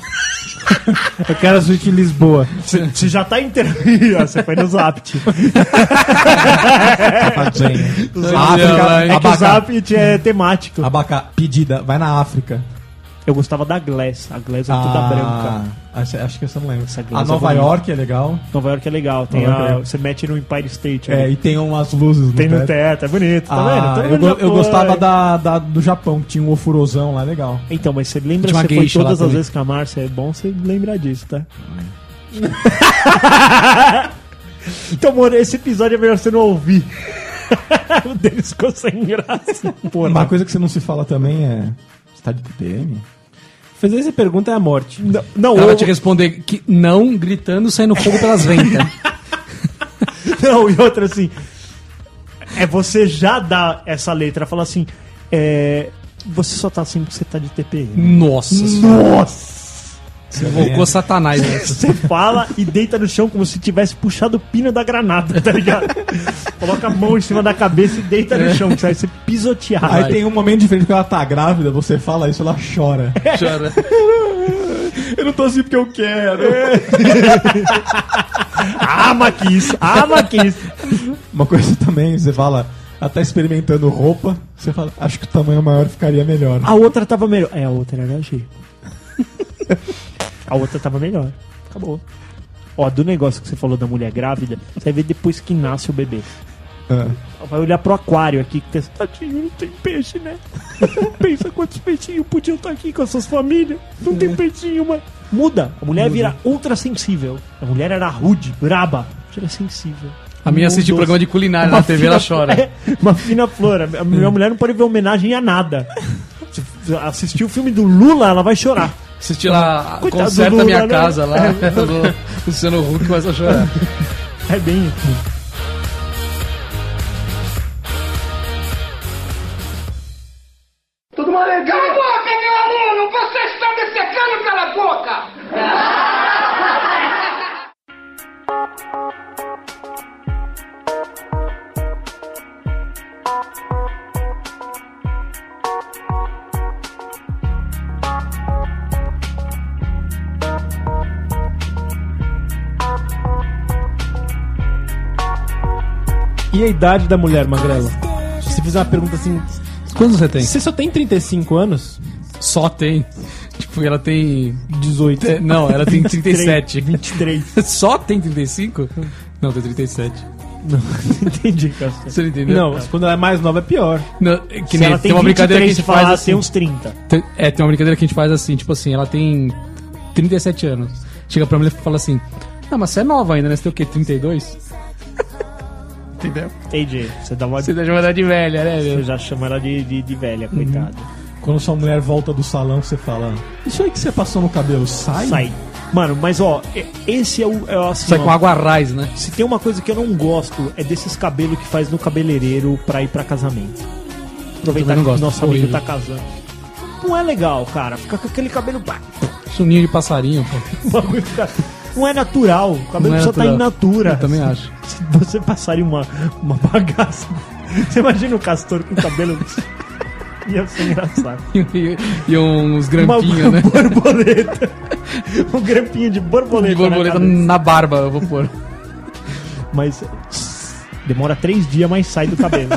C: Eu quero a suíte em Lisboa.
D: Você você já tá inter... [laughs] Ó, você foi no
E: [laughs]
D: Zapt.
F: Olha lá,
E: África,
D: É que o
E: tá abaca, Ah.
D: Zapt é temático.
E: abaca, pedida, vai na África. Ah,
D: Eu gostava da Glass. A Glass é toda branca.
E: Acho, acho que você não lembra.
D: Essa
E: A
D: glass
E: Nova
D: é bonita.
E: York é legal.
D: Nova York é legal. Tem
E: Nova
D: a-
E: York.
D: Você mete no Empire State.
E: É,
D: né?
E: e tem umas luzes no
D: Tem no
E: teto.
D: teto, é bonito. Tá
E: Ah,
D: vendo? Todo
E: eu,
D: mundo
E: go-
D: já
E: eu
D: foi.
E: gostava da, da- do Japão, que tinha um ofurosão lá, legal.
D: Então, mas você lembra,
F: Tinha uma
D: você foi
F: geisha lá
D: todas as
F: também.
D: vezes com a Márcia, é bom você lembrar disso, tá? [laughs] então, amor, esse episódio é melhor você não ouvir. [laughs] o Denis ficou sem graça. Porra.
E: Uma coisa que você não se fala também é. Você tá de TPM?
C: Fazer essa pergunta é a morte.
D: Não, não,
F: Ela vai
D: ou-
F: te responder que não, gritando, saindo fogo pelas ventas.
D: [laughs] Não, e outra assim. É você já dar essa letra, falar assim. É, você só tá assim porque você tá de TPM.
F: Nossa senhora.
D: Nossa!
F: Você invocou Satanás né?
D: [laughs]
F: nessa. [laughs]
D: Você fala e deita no chão como se tivesse puxado o pino da granada, tá
F: [laughs]
D: ligado? Coloca a mão em cima da cabeça e deita
F: É.
D: no chão, que você vai ser pisoteado.
E: Aí tem um momento diferente que ela tá grávida, você fala isso, ela chora.
F: Chora.
E: [laughs] eu não tô assim porque eu quero.
D: Ama Kiss, ama Kiss.
E: Uma coisa [laughs] também, você fala, ela tá experimentando roupa, você fala, acho que o tamanho maior ficaria melhor.
D: A outra tava melhor. É, a outra era a G. A outra tava melhor. Acabou. Ó, do negócio que você falou da mulher grávida, você vai ver depois que nasce o bebê.
E: É.
D: Ela Vai olhar pro aquário aqui que tem. Tadinho, não tem peixe, né? Pensa quantos peixinhos podiam estar aqui com essas famílias. Não tem peixinho, mas. Muda. A mulher vira ultra sensível. A mulher era rude, braba. Hoje Ela é sensível.
F: A minha assiste
D: Mudou-se.
F: programa de culinária na TV, ela
D: fina-
F: chora.
D: É, uma fina flor. [laughs] A minha mulher não pode ver homenagem a nada. Se f- assistir o filme do Lula, ela vai chorar.
F: Assisti lá,
D: [laughs] Coitado
F: conserta
D: do
F: minha
D: Lula, né?
F: casa lá. O Luciano Huck começa a chorar.
D: É bem isso.
I: Cala a boca, meu aluno! Vocês estão me secando pela boca!
C: E a idade da mulher, Magrela? Se fizer uma pergunta assim,
F: Quantos você tem?
C: você só tem 35 anos?
F: Só tem. Tipo, ela tem.
C: 18.
F: te- Não, ela
D: [laughs]
F: tem 37.
D: 23.
F: Só tem 35? Não, tem 37.
D: Entendi, Cassiano.
F: Você não entendeu?
C: Não, quando ela é mais nova é pior.
F: Não, que
D: Se
F: nem-
D: ela
F: tem
D: tem,
F: uma brincadeira que a
D: 23 e
F: gente
D: falar,
F: faz
D: ela
F: assim.
D: tem uns 30.
F: Tem- É, tem uma brincadeira que a gente faz assim, tipo assim, ela tem 37 anos. Chega pra mulher e fala assim: Não, mas você é nova ainda, né? Você tem o quê? 32? Entendeu?
D: Entendi. Você Uhum. dá uma...
F: Você tá jogando de velha, né,
D: Eu
F: meu?
D: já chamo ela de, de, de velha, coitada.
E: Quando sua mulher volta do salão, você fala: Isso aí que você passou no cabelo, sai?
D: Sai. Mano, mas ó, e- esse é o. É, o assim,
F: Sai
D: ó,
F: com água raiz, né?
D: Se tem uma coisa que eu não gosto, é desses cabelos que faz no cabeleireiro pra ir pra casamento.
F: também
D: Aproveitar
F: não
D: que
F: gosto,
D: nosso amigo
F: horrível.
D: tá casando. Não é legal, cara. Ficar com aquele cabelo. [laughs] pá,
F: Suninho de passarinho, pô. [laughs]
D: o bagulho fica- Não é natural. O cabelo
F: Não é
D: só tá in
F: natural.
D: natura.
F: Eu também acho.
D: [laughs] Se você passaria uma, uma bagaça. [laughs] Você imagina o castor com o cabelo. [laughs] Ia ser engraçado.
F: E, e- e uns
D: Uma
F: grampinhos, [laughs] né?
D: [laughs] borboleta. [laughs] um grampinho de
F: De
D: borboleta.
F: borboleta hum.
D: na cabeça.
F: na barba, eu vou pôr.
D: Mas. tss, Demora três dias, mas sai do
F: [laughs]
D: cabelo.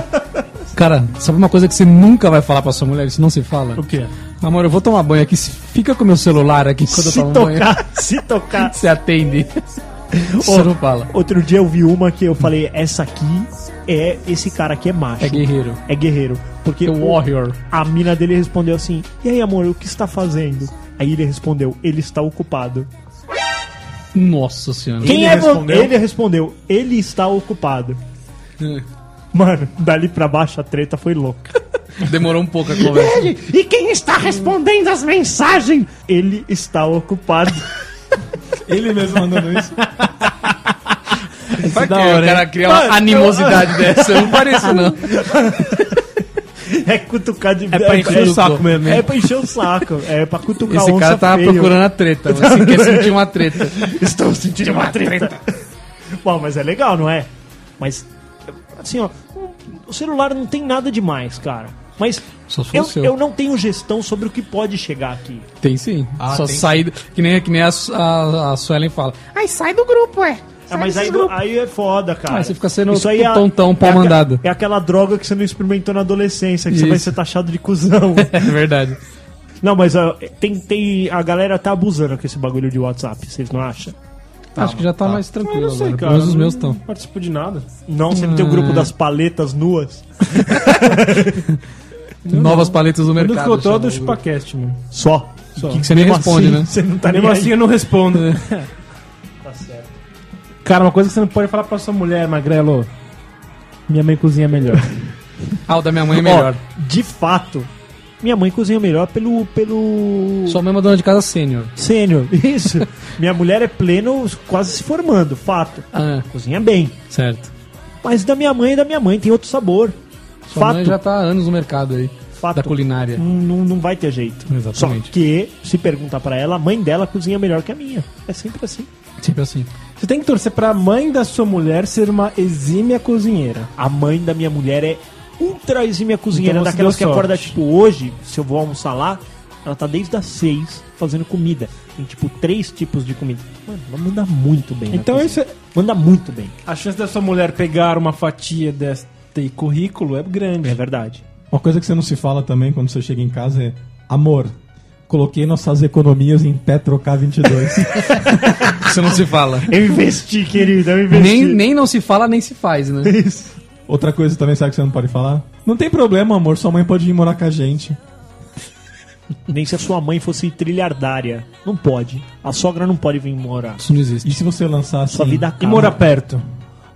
F: Cara, sabe uma coisa que você nunca vai falar pra sua mulher? Isso não se fala.
D: o quê?
F: Amor, eu vou tomar banho aqui. se- Fica com meu celular aqui quando eu
D: se
F: tomo banho.
D: tocar, [laughs] se
F: [laughs]
D: tocar.
F: Você [laughs] atende. Você
D: Ô,
F: não fala.
D: Outro dia eu vi uma que eu falei, essa aqui é. Esse cara aqui é macho.
F: É guerreiro.
D: É guerreiro. Porque
F: É
D: o-
F: warrior.
D: a mina dele respondeu assim: E aí, amor, o que está fazendo? Aí ele respondeu: Ele está ocupado.
F: Nossa senhora.
D: Quem é você? Ele respondeu: Ele está ocupado. Mano, dali pra baixo a treta foi louca.
F: Demorou um pouco a [laughs] conversa.
D: E quem está respondendo as mensagens? Ele está
F: [laughs]
D: ocupado.
E: [laughs] Ele mesmo mandando isso.
F: Vai que o cara cria uma animosidade dessa. Eu não pareço, não.
D: É cutucar de
F: É pra encher o saco mesmo, hein?
D: É pra encher o saco. É pra
F: [laughs]
D: cutucar
F: Esse
D: onça
F: cara tá
D: feio.
F: procurando a treta. Você quer sentir uma [laughs] treta.
D: Estou sentindo uma treta. [laughs] Bom, mas é legal, não é? Mas, assim, ó, o celular não tem nada demais, cara. Mas
F: Só se for o
D: eu,
F: seu.
D: eu não tenho gestão sobre o que pode chegar aqui.
F: Tem sim.
E: Ah,
F: Só
E: tem.
F: saída. Que nem, que nem a, Su- a, a Suelen fala.
D: Ah, mas aí, aí é foda, cara.
F: Ah, você fica sendo
D: Isso aí é,
F: tontão, pau
D: é aque-
F: mandado.
D: É aquela droga que você não experimentou na adolescência, que você vai
F: Isso.
D: ser taxado
F: [laughs]
D: de cuzão.
F: É verdade.
D: não, mas ó, tem, tem, a galera tá abusando com esse bagulho de WhatsApp, vocês não acham?
F: Acho que já tá, mais tranquilo. agora. Pelo menos
C: Mas
F: os meus Hum. estão.
C: Não participo de nada.
D: Não, sempre tem o grupo das paletas nuas.
F: Novas paletas do
C: Tudo
F: mercado.
C: que eu tô é
F: chama
C: do
F: o grupo.
C: ChupaCast, mano.
D: Só.
C: Só.
F: que você nem
D: Mesmo
F: responde,
D: assim,
F: né?
D: Você não tá nem
C: Mesmo
D: aí.
C: assim eu não [laughs] respondo. tá certo. Cara, uma coisa que você não pode falar pra sua mulher, Magrelo. Minha mãe cozinha melhor.
F: Ah, o da minha mãe é melhor.
D: Ó, de fato, minha mãe cozinha melhor pelo. pelo.
F: Sua mãe é uma dona de casa sênior.
D: sênior. [laughs] Isso. minha mulher é pleno, quase se formando, fato.
F: Ah,
D: Cozinha bem.
F: certo.
D: Mas da minha mãe e da minha mãe tem outro sabor.
F: Sua
D: fato.
F: mãe já tá há anos no mercado aí.
D: Fato. Hum.
F: Da culinária.
D: Não, não vai ter jeito.
F: Exatamente.
D: Só que, se perguntar pra ela, a mãe dela cozinha melhor que a minha. É sempre assim.
F: Sempre assim.
C: Você tem que torcer pra mãe da sua mulher ser uma exímia cozinheira.
D: A mãe da minha mulher é ultra exímia cozinheira,
C: Então você
D: daquelas que
C: deu sorte.
D: acorda, tipo, hoje, se eu vou almoçar lá, ela tá desde as seis fazendo comida. Tem, tipo, três tipos de comida. Mano, ela manda muito bem. na
C: Então
D: cozinha.
C: isso é,
D: Manda muito bem,
C: a chance da sua mulher pegar uma fatia deste currículo é grande.
D: é
C: [laughs]
D: verdade.
E: Uma coisa que você não se fala também quando você chega em casa é: Amor, coloquei nossas economias em pé trocar [laughs] 22.
F: Você não se fala.
D: [laughs] Eu investi, querida, eu investi.
F: nem, nem não se fala, nem se faz, né?
B: Outra coisa também, sabe que você não pode falar? Não tem problema, amor, sua mãe pode vir morar com a gente.
D: Nem se a sua mãe fosse trilhardária. Não pode. A sogra não pode vir morar.
F: Isso não existe.
B: E se você lançasse.
E: assim?"
D: Sua vida acaba.
C: E mora perto.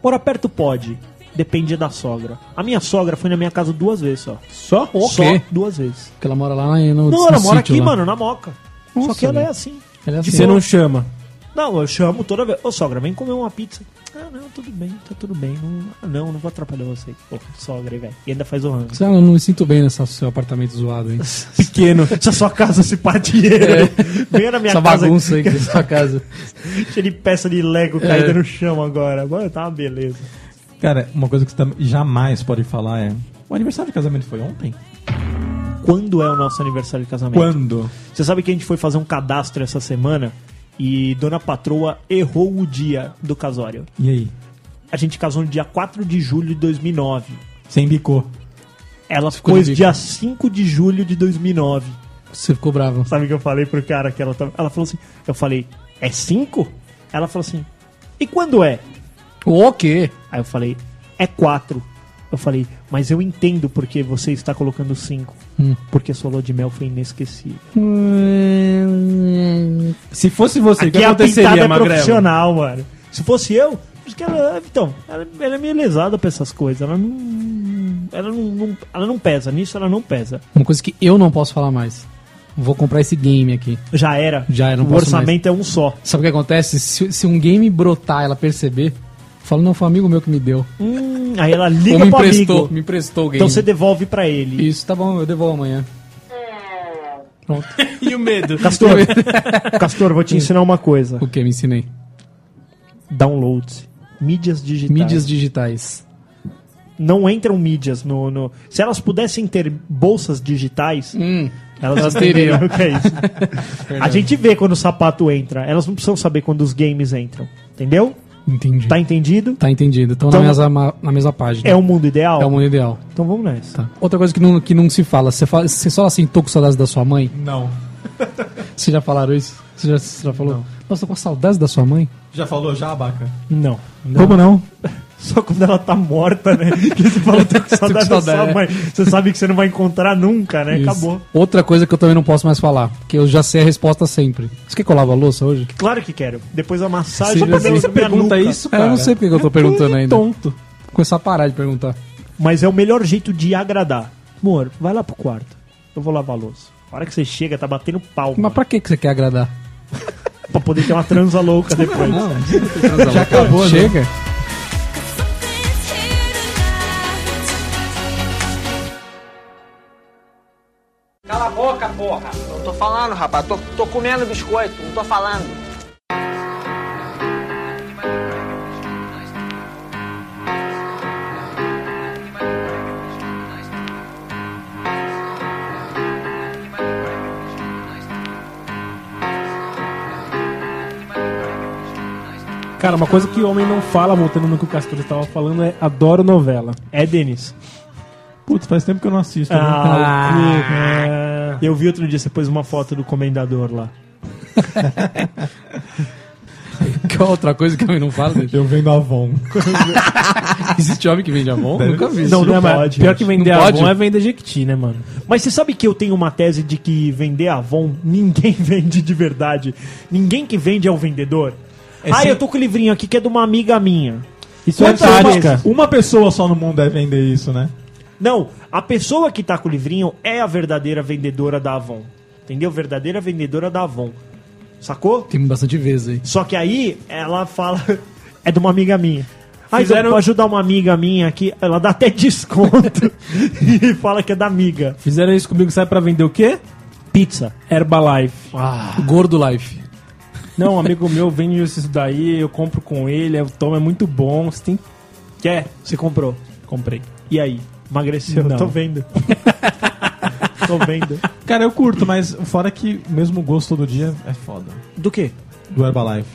D: Morar perto pode. Depende da sogra. A minha sogra foi na minha casa duas vezes só. Só? Só
F: quê?
D: duas vezes.
F: Porque ela mora lá em- no
D: Não,
F: no
D: ela mora
F: sítio
D: aqui,
F: lá.
D: mano, na moca. só que ela é assim.
F: Ela é assim.
C: Você não chama.
D: Não, eu chamo toda vez. Ô sogra, vem comer uma pizza. Ah, não, tudo bem, tá tudo bem. Não, ah, não, não vou atrapalhar você. Pô, sogra, velho. E ainda faz o
F: [laughs]
D: rango.
F: Você, ah, eu não me sinto bem nesse seu apartamento zoado, hein?
D: [laughs] Pequeno. Se a sua casa se pá dinheiro. Venha na minha
F: Essa
D: casa.
F: bagunça aí que tem na sua casa.
D: Cheio de peça de Lego caída no chão agora. Agora tá uma beleza.
B: Cara, uma coisa que você tam- jamais pode falar é. O aniversário de casamento foi ontem?
D: Quando é o nosso aniversário de casamento?
B: Quando?
D: Você sabe que a gente foi fazer um cadastro essa semana e Dona Patroa errou o dia do casório.
B: E aí?
D: A gente casou no dia 4 de julho de 2009.
B: Sem bicô.
D: Ela
F: Ficou
D: ficou
F: de bico.
D: dia 5 de julho de 2009.
F: Você ficou bravo.
D: Sabe o que eu falei pro cara que ela tava... Ela falou assim... Eu falei, é 5? Ela falou assim, e quando é?
F: O quê?
D: Aí eu falei, é 4. Eu falei, mas eu entendo porque você está colocando 5. Porque sua lua de mel foi inesquecível.
C: Se fosse você, o que
D: Aqui a pintada
C: aconteceria,
D: é
C: Magrelo?
D: profissional, mano. Se fosse eu, acho que ela, então, ela, ela é meio lesada pra essas coisas. Ela não, ela não, não- ela não pesa nisso, ela não pesa.
F: Uma coisa que eu não posso falar mais. Vou comprar esse game aqui.
D: Já era.
F: Já era, não
D: O
F: posso
D: orçamento é um só.
F: Sabe o que acontece? Se, se um game brotar, ela perceber, eu falo, não, foi um amigo meu que me deu.
D: Hum, aí ela
F: Ou
D: liga
F: me
D: pro
F: emprestou,
D: amigo.
F: me emprestou o game.
D: Então você devolve pra ele.
F: Isso, tá bom, eu devolvo amanhã. Pronto.
C: E o medo?
F: [laughs]
D: Castor, Castor, vou te ensinar uma coisa.
F: o que? Me ensinei.
D: Downloads. Mídias digitais.
F: Mídias digitais.
D: Não entram mídias no, no- Se elas pudessem ter bolsas digitais,
F: Hum,
D: Elas,
F: Elas
D: não teriam.
F: teriam.
D: [laughs] O que é isso. a gente vê quando o sapato entra. Elas não precisam saber quando os games entram. Entendeu?
F: entendi.
D: Tá
F: Tá,
D: entendido?
F: entendido. Estão
D: Então-
F: na, mesma, na mesma página.
D: É o mundo ideal?
F: É o mundo ideal.
D: Então vamos nessa.
F: Tá. Outra coisa que não, que não se fala, você fala, você fala assim, tô com saudades da sua mãe?
B: Não.
F: Vocês já falaram isso? Você já, você já falou? Nossa, tô com saudades da sua mãe?
B: Já falou já, Abaca?
D: Não.
F: Como não?
D: [laughs] Só quando ela tá morta, né? [laughs] Que você fala,
F: [laughs]
D: tô com saudade da
F: saudade,
D: sua
F: é.
D: mãe. Você sabe que você não vai encontrar nunca, né?
F: Isso.
D: Acabou.
F: Outra coisa que eu também não posso mais falar, que eu já sei a resposta sempre. Você quer que eu lavo a louça hoje?
D: Claro que quero. Depois a massagem...
F: Sim, mas por que
D: você pergunta
F: É, eu não sei porque que eu tô perguntando ainda. tonto. Começar a parar de perguntar.
D: Mas é o melhor jeito de agradar. Amor, vai lá pro quarto. Eu vou lavar a louça. A hora que você chega, tá batendo pau.
F: Mas
D: mano,
F: pra que que você quer agradar?
D: Pra poder ter uma transa louca depois.
F: Já acabou, Chega.
H: Cala a boca, porra! Eu tô falando, rapaz. Tô, tô comendo biscoito, não tô falando.
C: Cara, uma coisa que o homem não fala, voltando no que o Castor estava falando, é adoro novela.
D: É, Denis.
B: Putz, faz tempo que eu não assisto. né?
D: Ah, Eu vi outro dia, você pôs uma foto do comendador lá.
F: [laughs] Que é outra coisa que o homem não fala?
D: [laughs]
F: gente?
B: Eu venho da Avon.
F: Existe homem que vende Avon? Nunca vi.
D: Não, não,
C: mas
D: pode.
C: Pior que vender
F: Não pode?
C: Avon é vender Jequiti, né, mano?
D: Mas você sabe que eu tenho uma tese de que vender Avon, ninguém [laughs] vende de verdade. Ninguém que vende é o vendedor. ah, eu tô com o livrinho aqui que é de uma amiga minha.
B: Isso
D: é tática.
B: Uma pessoa só no mundo deve vender isso, né?
D: Não, a pessoa que tá com o livrinho é a verdadeira vendedora da Avon. Entendeu? Verdadeira vendedora da Avon. Sacou?
F: Tem bastante vezes aí.
D: Só que aí ela fala. [laughs] É de uma amiga minha. Ah,
C: Fizeram-
D: então vou ajudar uma amiga minha aqui. Ela dá até [laughs] desconto [laughs] e fala que é da amiga.
C: Fizeram isso comigo, sabe pra vender o quê?
D: Pizza.
C: Herbalife.
F: Gordo Life.
C: Não, um amigo meu vende isso daí, eu compro com ele, eu tomo, é muito bom. Você tem... Quer?
D: Você comprou.
C: Comprei.
D: E aí? Emagreceu?
C: Não.
D: Tô
C: [laughs]
D: vendo. Tô vendo.
B: Cara, eu curto, mas fora que mesmo gosto todo dia é foda.
D: Do quê?
B: Do Herbalife.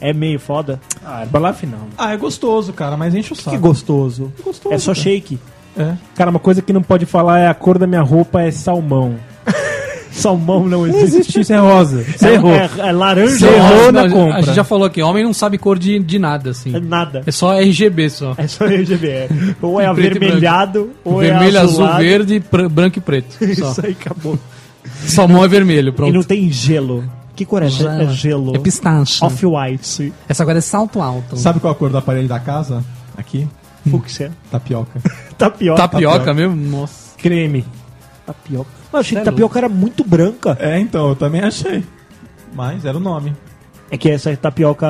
D: É meio foda?
C: Ah, Herbalife não.
B: Ah, é gostoso, cara, mas enche o
D: Que
B: saco.
D: gostoso.
B: gostoso.
D: É só shake.
C: Cara, uma coisa que não pode falar é a cor da minha roupa é salmão.
D: [laughs] Salmão não
C: Não
D: existe.
C: existe, isso é rosa. Você
D: É-
C: errou.
D: É, é laranja
C: Você errou.
D: rosa,
C: na
F: a gente-
C: compra.
F: A gente já falou aqui, homem não sabe cor de, de nada, assim.
D: é nada.
F: É só RGB só.
D: É só RGB. Ou é
F: Preto e
D: avermelhado, ou
F: vermelho,
D: é
F: azul,
D: azulado.
F: verde, pr- branco e preto. Só.
D: [laughs] Isso aí acabou.
F: Salmão é vermelho,
D: E não
F: pronto.
D: tem gelo. Que cor é? É gelo.
F: É pistache.
D: Off-white.
F: Essa agora é salto alto.
E: Sabe
B: é
E: qual a cor da parede da casa? Aqui?
D: Fúcsia.
B: [laughs]
E: Tapioca.
D: Tapioca.
F: Tapioca mesmo? Nossa.
D: Creme. Tapioca. Mas eu achei que
F: Sério?
D: tapioca era muito branca.
E: É, então, eu também achei. Mas era o nome.
D: É que essa é tapioca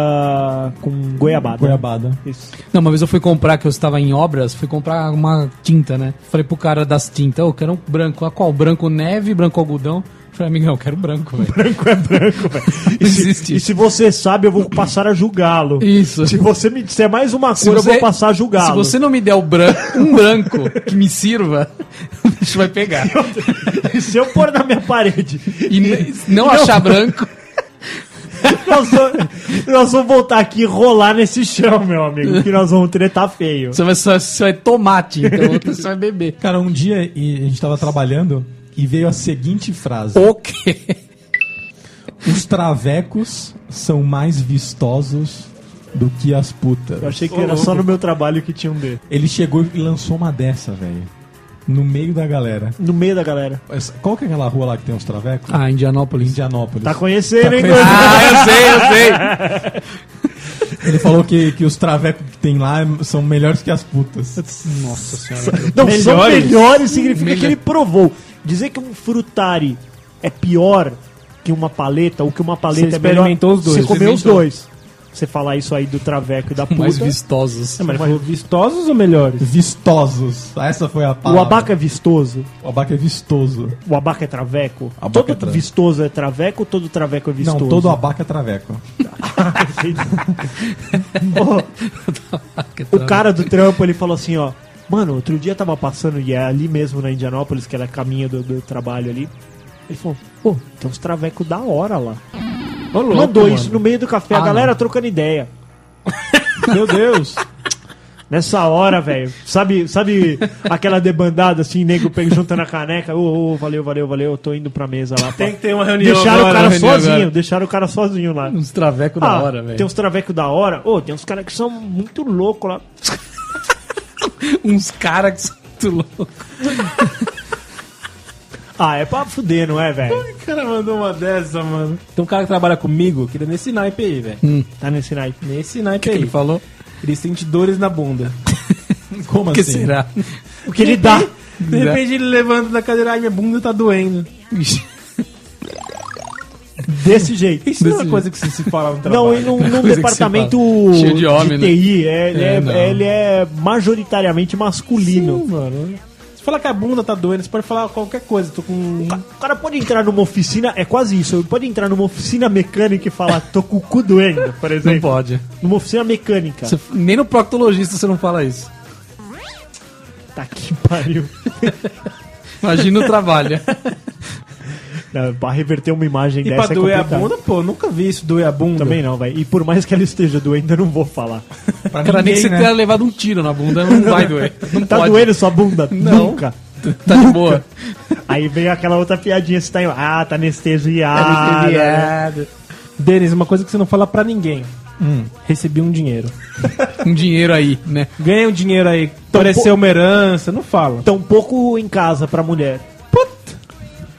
D: com goiabada.
E: Goiabada.
D: Isso.
F: Não, uma vez eu fui comprar, que eu estava em obras, fui comprar uma tinta, né? Falei pro cara das tintas, ô, eu quero um branco. Ah, qual? Branco neve, branco algodão? Falei, amigão, eu quero branco, velho.
D: Branco é branco, velho.
F: Não [laughs] existe
D: E
F: isso.
D: se você sabe, eu vou passar a julgá-lo. [laughs]
F: Isso.
D: Se você me disser mais uma coisa,
F: Se
D: eu vou
F: você-
D: passar a
F: Se
D: julgá-lo.
F: você não me der o branco, um branco que me sirva, [laughs] o bicho vai pegar.
D: E [laughs] se eu pôr na minha parede,
F: E n- não achar branco,
D: nós vamos, nós vamos voltar aqui e rolar nesse chão, meu amigo, que nós vamos tretar feio.
F: você vai, só- você vai tomate, então [laughs] outro você vai beber.
E: Cara, um dia e a gente tava trabalhando e veio a seguinte frase:
F: O quê?
E: Os travecos são mais vistosos do que as putas.
D: Eu achei que era só no meu trabalho que tinha um D.
E: Ele chegou e lançou uma dessa, velho. No meio da galera.
D: No meio da galera.
E: Essa- Qual que é aquela rua lá que tem uns travecos?
F: Ah, Indianópolis.
E: Indianópolis.
D: Tá conhecendo, hein,
E: conhecendo.
D: Gordinho?
F: Ah, eu sei, eu sei.
E: Ele falou que, que os travecos que tem lá é- são melhores que as putas.
F: Nossa senhora.
D: Não, são
F: Melhores.
D: melhores significa
F: Melhor-
D: que ele provou. Dizer que um frutari é pior que uma paleta ou que uma paleta
C: Você
D: é melhor.
C: experimentou os dois,
D: Você comeu os
F: experimentou.
D: dois. Você falar isso aí do traveco e da puta.
F: Mais vistosos.
C: Mas falou vistosos ou melhores?
E: Vistosos. Ah, Essa foi a
D: o
E: palavra.
D: abaca é vistoso.
E: O abaca é vistoso.
D: O abaca é traveco.
E: Abaca
D: todo
E: é tra-
D: vistoso é traveco ou todo traveco é vistoso?
E: Não, todo abaca é traveco.
D: O cara do trampo, ele falou assim, ó. Mano, outro dia eu tava passando, e é ali mesmo na Indianópolis, que era caminho do, do trabalho ali. Ele falou, pô, tem uns travecos da hora lá. Mandou isso no meio do café, a
F: Ah,
D: galera
G: [laughs]
D: trocando ideia. Meu Deus! Nessa hora, velho, sabe, sabe aquela debandada assim, nego pega juntando a caneca, ô, ô, valeu, valeu, valeu, eu tô indo pra mesa lá.
G: Tem
D: pá.
G: que ter uma reunião
D: Deixaram
G: agora,
D: o cara
G: uma reunião
D: sozinho,
G: agora.
D: deixaram o cara sozinho lá.
F: Uns travecos
D: Ah,
F: da hora, velho.
D: Tem uns travecos da hora. Ô, tem uns caras que são muito loucos lá.
F: [laughs] Uns caras que são muito loucos.
D: Ah, é pra fuder, não é, velho?
G: O cara mandou uma dessa, mano.
C: Tem um cara que trabalha comigo, que ele é nesse naipe aí, velho.
D: Tá nesse naipe.
C: Nesse naipe
F: Ele
C: aí.
F: falou.
C: Hum. Ele sente dores na [laughs] bunda.
E: Como
F: O que
E: assim?
F: será?
D: O que ele dá?
C: De repente ele levanta da cadeira, ai, minha bunda tá doendo.
D: Desse jeito.
C: Isso não é uma coisa que você se [laughs] fala no trabalho.
D: Não, e num,
F: [laughs] Coisa
D: num
F: que se
D: departamento
F: fala. Cheio de homem, né?
D: TI, é, ele,
F: É,
D: é,
F: não.
D: ele é majoritariamente masculino.
C: Sim, mano. Se falar que a bunda tá doendo, você pode falar qualquer coisa. Tô com. um
D: Ca- O cara pode entrar numa oficina, é quase isso, ele pode entrar numa oficina mecânica e falar, tô com o cu doendo, por
F: Não
D: exemplo.
F: pode.
D: Numa oficina mecânica.
F: Você- nem no proctologista você não fala isso.
D: Tá que pariu.
F: Imagina o [laughs] trabalho.
D: Não, pra reverter uma imagem
C: E
D: dessa
C: pra
D: é
C: doer a
D: complicado.
C: bunda, pô, nunca vi isso doer a bunda.
D: Também não, velho. E por mais que ela esteja doendo, eu não vou falar.
F: Cara, nem que você tenha levado um tiro na bunda, [laughs] não vai doer. Não
D: Tá
F: pode.
D: doendo sua bunda? Nunca.
F: Tá de boa.
D: Aí veio aquela outra piadinha, você tá em... Ah, tá anestesiado. né?
C: Aliviado. Denis, uma coisa que você não fala pra ninguém. Recebi um dinheiro.
F: Um dinheiro aí, né?
C: Ganha um dinheiro aí, pareceu uma herança, não fala.
D: Tampouco Então, em casa pra mulher.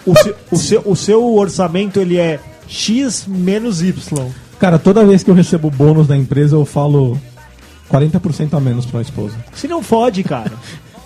D: O, seu, o, seu, o seu orçamento, ele é X menos Y.
E: Cara, toda vez que eu recebo bônus da empresa, eu falo 40% a menos pra esposa.
D: Se não fode,
C: [laughs]
D: cara.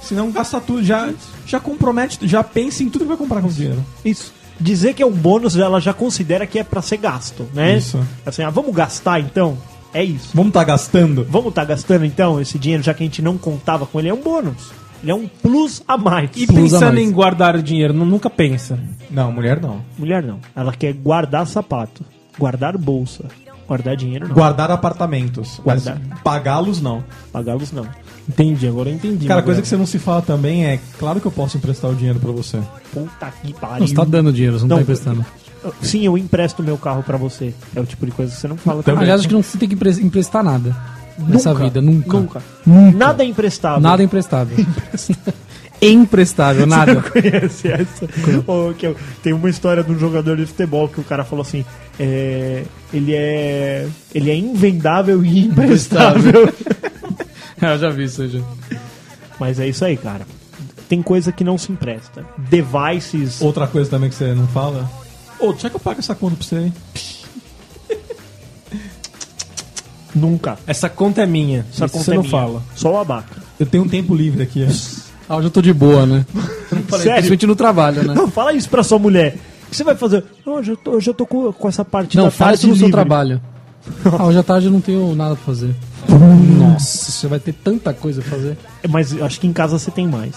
E: Senão gasta tudo, já, já compromete, já pensa em tudo que vai comprar com o dinheiro.
D: Isso. Dizer que é um bônus, ela já considera que é pra ser gasto, né?
E: Isso.
D: Assim, ah, vamos gastar então? É isso.
E: Vamos tá gastando?
D: Vamos tá gastando então esse dinheiro, já que a gente não contava com ele, é um bônus. Ele é um plus a mais.
C: E
F: Usa
C: pensando
F: mais.
C: em guardar o dinheiro, nu- nunca pensa.
E: Não, mulher não.
D: Mulher não. Ela quer guardar sapato, guardar bolsa, guardar dinheiro não,
E: Guardar apartamentos. mas
D: Guardar.
E: Pagá-los não.
D: pagar luz não.
C: Entendi, agora eu entendi.
E: Cara,
C: Magrelo.
E: coisa que você não se fala também é, claro que eu posso emprestar o dinheiro pra você.
D: Puta que pariu.
F: Não, você tá dando dinheiro, você não,
D: Não.
F: tá emprestando.
D: Sim, eu empresto meu carro pra você. É o tipo de coisa que você não fala também.
F: Aliás, acho que não tem que empre- emprestar nada nessa vida, nunca.
D: [laughs] Nada é emprestável.
F: Nada é emprestável. imprestável, nada.
D: conhece essa? Ou que eu- tem uma história de um jogador de futebol que o cara falou assim: é, ele é ele é invendável e imprestável.
F: [laughs]
D: [laughs]
F: Eu já vi isso aí, já.
D: Mas é isso aí, cara. Tem coisa que não se empresta. Devices.
E: Outra coisa também que você não fala. Ô, deixa que eu pago essa conta pra você, hein?
D: Nunca.
C: Essa conta é minha.
D: Essa
C: isso
D: conta
C: você
D: é
C: não
D: minha.
C: fala.
D: Só o abaca.
E: Eu tenho um tempo livre aqui.
F: Ah, hoje eu tô de boa, né?
D: Sério?
F: Principalmente no trabalho, né?
D: Não, fala isso pra sua mulher. O que você vai fazer? Não, hoje eu tô, hoje eu tô com, com essa parte
F: Não,
D: da
F: fala
D: tarde
F: sobre o seu
D: livre.
F: trabalho. Ah, hoje à tarde eu não tenho nada pra fazer. Nossa, você vai ter tanta coisa pra fazer.
D: É, Mas eu acho que em casa você tem mais.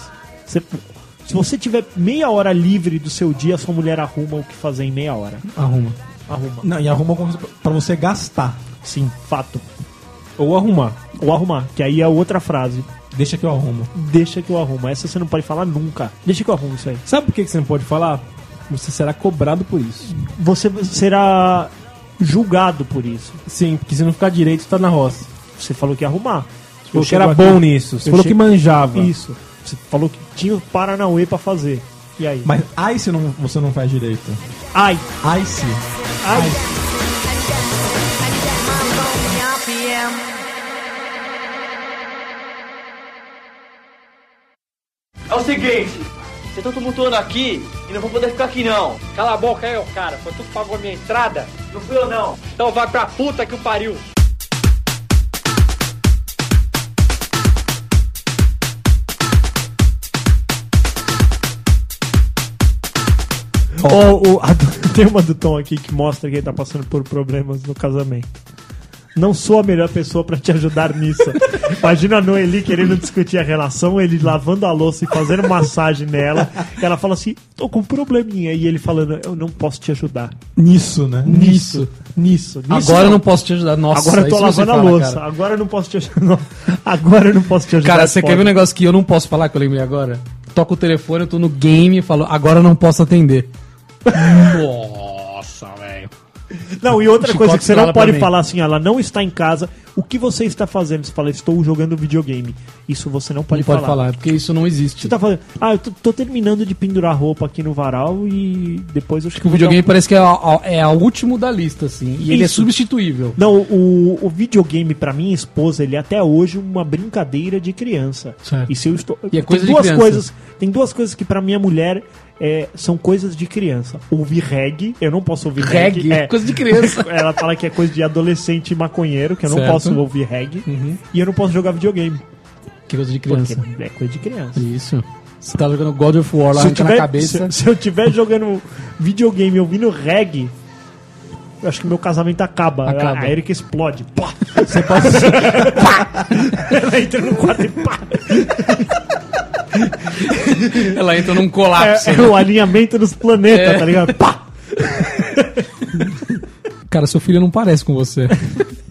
D: Você- se você tiver meia hora livre do seu dia, sua mulher arruma o que fazer em meia hora.
F: Arruma.
D: Arruma.
E: Não, e arruma alguma coisa pra você gastar.
D: Sim, fato.
C: Ou arrumar.
D: Ou arrumar, que aí é outra frase.
E: Deixa que eu arrumo.
D: Deixa que eu arrumo. Essa você não pode falar nunca. Deixa que eu arrumo isso aí.
C: Sabe por que que você não pode falar? Você será cobrado por isso.
D: Você será julgado por isso.
C: Sim, porque se não ficar direito, tá na roça.
D: Você falou que ia arrumar.
C: Você falou que
D: chego
C: era
D: aqui-
C: bom nisso. Você
D: eu
C: falou que
D: chego-
C: manjava.
D: Isso. Você falou que tinha o Paranauê pra fazer. E aí?
E: Mas ai se não, você não faz direito.
D: Ai,
E: Ai se.
D: ai.
H: É o seguinte, vocês estão tumultuando aqui e não vou poder ficar aqui não. Cala a boca aí, ô cara. Foi tu que pagou a minha entrada? Não fui eu não. Então vai pra puta que o pariu.
D: Ó, o- a do- [laughs] tem uma do Tom aqui que mostra que ele tá passando por problemas no casamento. Não sou a melhor pessoa pra te ajudar [laughs] nisso. Imagina a Noeli querendo discutir a relação, ele lavando a louça e fazendo massagem nela. E ela fala assim: tô com um probleminha. E ele falando: eu não posso te ajudar.
E: Nisso, né?
D: Nisso, nisso, nisso.
F: Agora eu não posso te ajudar. Nossa,
D: Agora eu tô
F: isso você
D: lavando a
F: fala,
D: louça.
F: Cara,
D: Agora eu [laughs] não posso te ajudar. Agora eu não posso te ajudar.
F: Cara, você quer ver um
D: é foda.
F: negócio que eu não posso falar, que eu lembrei agora? Toca o telefone, eu tô no game e falo, agora eu não posso
D: [laughs]
F: atender. Nossa, velho.
D: Não, e outra
F: Chicote
D: coisa que você
F: fala
D: não
F: pra
D: pode
F: mim.
D: falar assim, ela não está em casa, o que você está fazendo? Você fala, estou jogando videogame. Isso você não pode,
F: Não pode
D: falar.
F: falar, porque isso não existe.
D: Você tá falando, ah, eu tô, tô terminando de pendurar a roupa aqui no varal e depois eu acho
F: O videogame parece que é, a- a- é o último da lista, assim. E ele é
D: Isso.
F: substituível.
D: Não, o, o videogame pra minha esposa, ele é até hoje uma brincadeira de criança.
F: Certo.
D: E se eu estou.
F: E é coisa de
D: tem duas
F: criança.
D: coisas. Tem duas coisas que pra minha mulher é, são coisas de criança. Ouvir reggae, eu não posso ouvir reggae.
F: Reggae,
D: é.
F: coisa de
D: [laughs]
F: criança.
D: Ela fala que é coisa de adolescente e maconheiro, que eu não
F: Certo.
D: posso ouvir reggae. E eu não posso jogar videogame.
F: Que coisa de
D: Porque
F: criança.
D: é coisa de Uhum. criança.
F: Isso. Você tá jogando God of War lá,
D: Se eu,
F: arranca
D: tiver,
F: na cabeça.
D: se- se eu tiver jogando videogame e ouvindo reggae, eu acho que meu casamento acaba.
F: Acaba.
D: A Erika explode. Pá! Você [laughs] pode. Pá! Ela entra no quarto e pá!
F: Ela entra num colapso.
D: [laughs]
F: né?
D: É, é o alinhamento dos planetas, tá ligado? Pá!
F: Cara, seu filho não parece com você.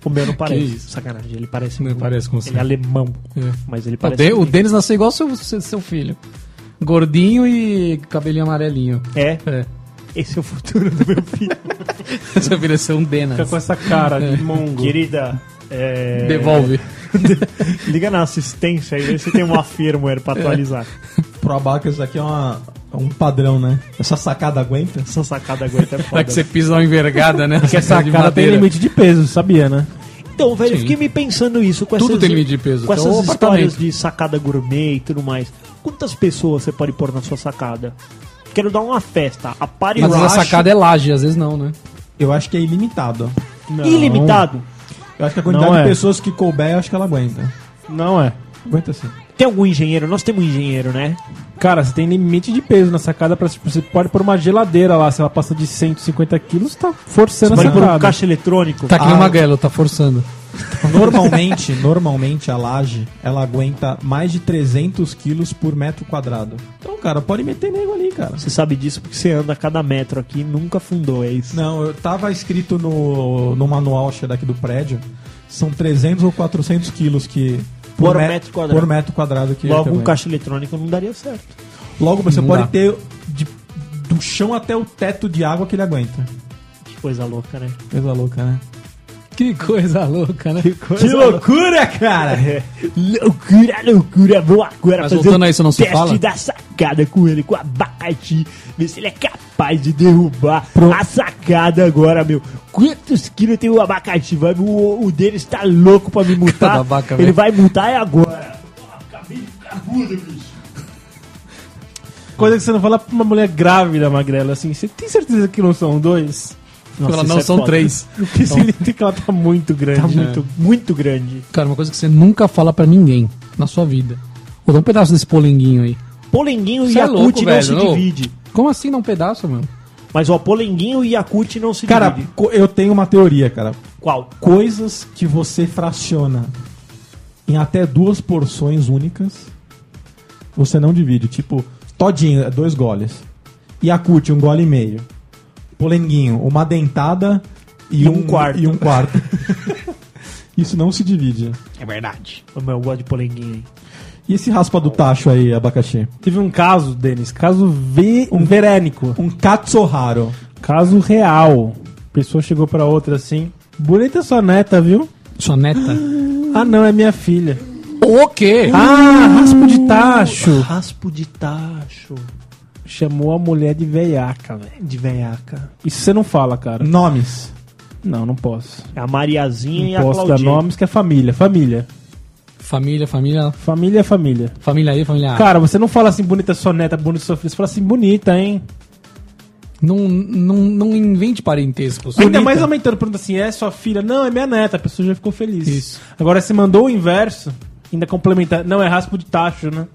D: O meu não parece.
F: isso.
D: Sacanagem, ele parece.
F: Não
D: muito.
F: parece com
D: Ele
F: você.
D: é alemão.
F: É.
D: Mas ele
F: O,
D: parece.
F: Den- o
D: muito.
F: Denis nasceu igual seu, seu, seu filho. Gordinho e cabelinho amarelinho.
D: É,
F: É. [laughs]
D: esse é o futuro do meu filho.
F: Seu filho é ser um Denas.
C: Fica com essa cara
F: [laughs]
C: de mongo.
D: Querida. é,
F: É. Devolve.
D: Liga na assistência aí, vê se tem uma firmware
F: É.
D: pra atualizar.
E: Pro Abacas aqui é uma, é um padrão, né? Essa sacada aguenta.
D: Essa sacada aguenta é
F: É
D: foda.
F: que você pisa uma envergada, né?
C: Porque essa
F: De
C: cara tem
F: madeira.
C: limite de peso, sabia, né?
D: Então, velho, eu
F: Sim.
D: fiquei me pensando isso. Com
F: Tudo
D: essas,
F: tem limite de peso,
D: Com
F: até o
D: essas histórias
F: apartamento.
D: de sacada gourmet e tudo mais. Quantas pessoas você pode pôr na sua sacada? Quero dar uma festa. A party
F: Mas
D: rush
F: a sacada é laje, às vezes não, né?
E: Eu acho que é ilimitado.
F: é-
D: ilimitado.
E: Eu acho que a quantidade
C: Não é.
E: de pessoas que couber, eu acho que ela aguenta.
C: Não é.
E: Aguenta sim.
D: Tem algum engenheiro? Nós temos um engenheiro, né?
C: Cara, você tem limite de peso na sacada. Pra, tipo, você pode pôr uma geladeira lá. Se ela passa de 150 quilos, tá forçando
D: Pode
C: a
D: pôr um
C: sacada.
D: caixa eletrônico.
F: Tá que nem
E: Ah.
F: uma gala, tá forçando.
E: Normalmente, normalmente a laje, ela aguenta mais de 300 quilos por metro quadrado. Então, cara, pode meter nego ali, cara.
D: Você sabe disso porque você anda a cada metro aqui e nunca fundou, é isso?
E: Não, eu tava escrito no, no manual acho que é daqui do prédio, são 300 ou 400 quilos que
D: Por
E: met-
D: metro quadrado.
E: por metro quadrado que
D: Logo,
E: que
D: um
E: aguenta.
D: caixa eletrônico não daria certo.
E: Logo você
F: Não
E: pode
F: dá.
E: ter de- do chão até o teto de água que ele aguenta.
D: Que coisa louca, né?
E: Coisa louca, né?
F: Que coisa louca, né?
D: coisa
E: Que loucura,
D: [laughs]
E: cara!
D: É. Loucura, loucura. Vou agora
F: Mas
D: fazer
F: voltando
D: um
F: a isso, não se
D: teste
F: fala?
D: da sacada com ele, com a abacate. Ver se ele é capaz de derrubar a sacada agora, meu. Quantos quilos tem o abacate? Vai, o, o dele está louco
F: [laughs]
D: pra me multar.
F: da vaca,
D: ele
F: velho.
D: vai multar é agora. Acabei de ficar mudo, bicho.
C: Coisa que você não fala pra uma mulher grávida, magrela, assim. Você tem certeza que não são dois?
F: Ela
D: isso
F: não
D: é
F: são
D: foda.
F: três.
C: Porque
E: Então,
C: significa que ela tá muito grande.
D: Tá muito, muito grande.
F: Cara, uma coisa que você nunca fala pra ninguém na sua vida. Vou dar um pedaço desse polenguinho aí.
D: Polenguinho e
F: Você é
D: Yakut
F: louco,
D: não
F: velho,
D: se
F: não?
D: divide.
F: Como assim dá um pedaço, mano?
D: Mas ó, Polenguinho e Yakut não se
E: Cara,
D: divide.
E: co- eu tenho uma teoria, cara.
D: Qual?
E: Coisas que você fraciona em até duas porções únicas, você não divide. Tipo, todinho, é dois goles. Yakut, um gole e meio. Polenguinho, uma dentada e,
D: E um quarto.
E: E um quarto. [laughs] Isso não se divide.
D: Ô, meu, eu gosto de Polenguinho, hein?
E: E esse raspa do tacho aí, abacaxi?
C: Teve um caso, Denis, caso ve... um verênico,
E: Um katsuharo.
C: caso real. A pessoa chegou pra outra assim, bonita sua neta, viu?
F: Sua neta.
C: [gasps] Ah não, é minha filha.
F: o quê?
C: Ah, raspo de tacho.
D: Raspo de tacho.
C: Chamou a mulher de veiaca, velho.
D: De veiaca.
C: Isso você não fala, cara.
E: Nomes.
C: Não, não posso.
D: É A Mariazinha e
C: Não
D: a
C: posso dar
D: Claudinha.
C: nomes que é família, família.
F: Família, família.
C: Família é família.
F: Família aí, família. A.
C: Cara, você não fala assim, bonita sua neta, bonita sua filha. Você fala assim, bonita, hein?
F: Não, não, não invente parentescos.
C: Ainda mais aumentando, pergunta assim, é sua filha? Não, é minha neta. A pessoa já ficou feliz.
F: Isso.
C: Agora, se mandou o inverso, ainda complementar. Não, é raspo de tacho, né?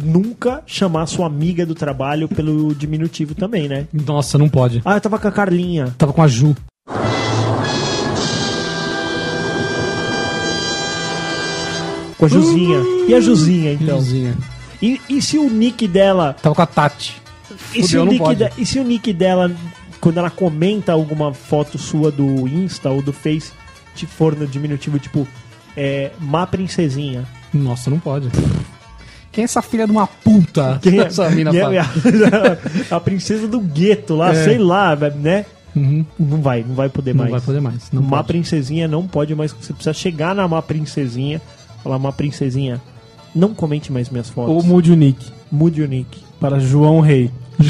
D: Nunca chamar sua amiga do trabalho pelo diminutivo também, né?
F: Nossa, não pode.
D: Ah, eu tava com a Carlinha.
F: Tava com a Ju.
D: Com a Juzinha. E a Juzinha, então?
F: Juzinha.
D: E, e se o nick dela...
F: Tava com a Tati.
D: E se,
F: Fudeu,
D: o
F: não
D: nick
F: pode.
D: de- e se o nick dela, quando ela comenta alguma foto sua do Insta ou do Face, te for no diminutivo, tipo... É, má princesinha.
F: Nossa, não pode. Quem é essa filha de uma puta? [laughs]
D: Quem é?
F: Essa mina
D: Quem é
F: fala.
D: [laughs] a, a princesa do gueto lá,
F: É.
D: sei lá, né?
F: Uhum.
D: Não vai, não vai poder
F: Não
D: mais.
F: vai poder mais. Não
D: má
F: pode.
D: princesinha não pode mais. Você precisa chegar na má princesinha, falar, má princesinha, não comente mais minhas
C: Ou
D: fotos.
C: mude o nick
D: Mude o nick.
C: para João Rei. [laughs]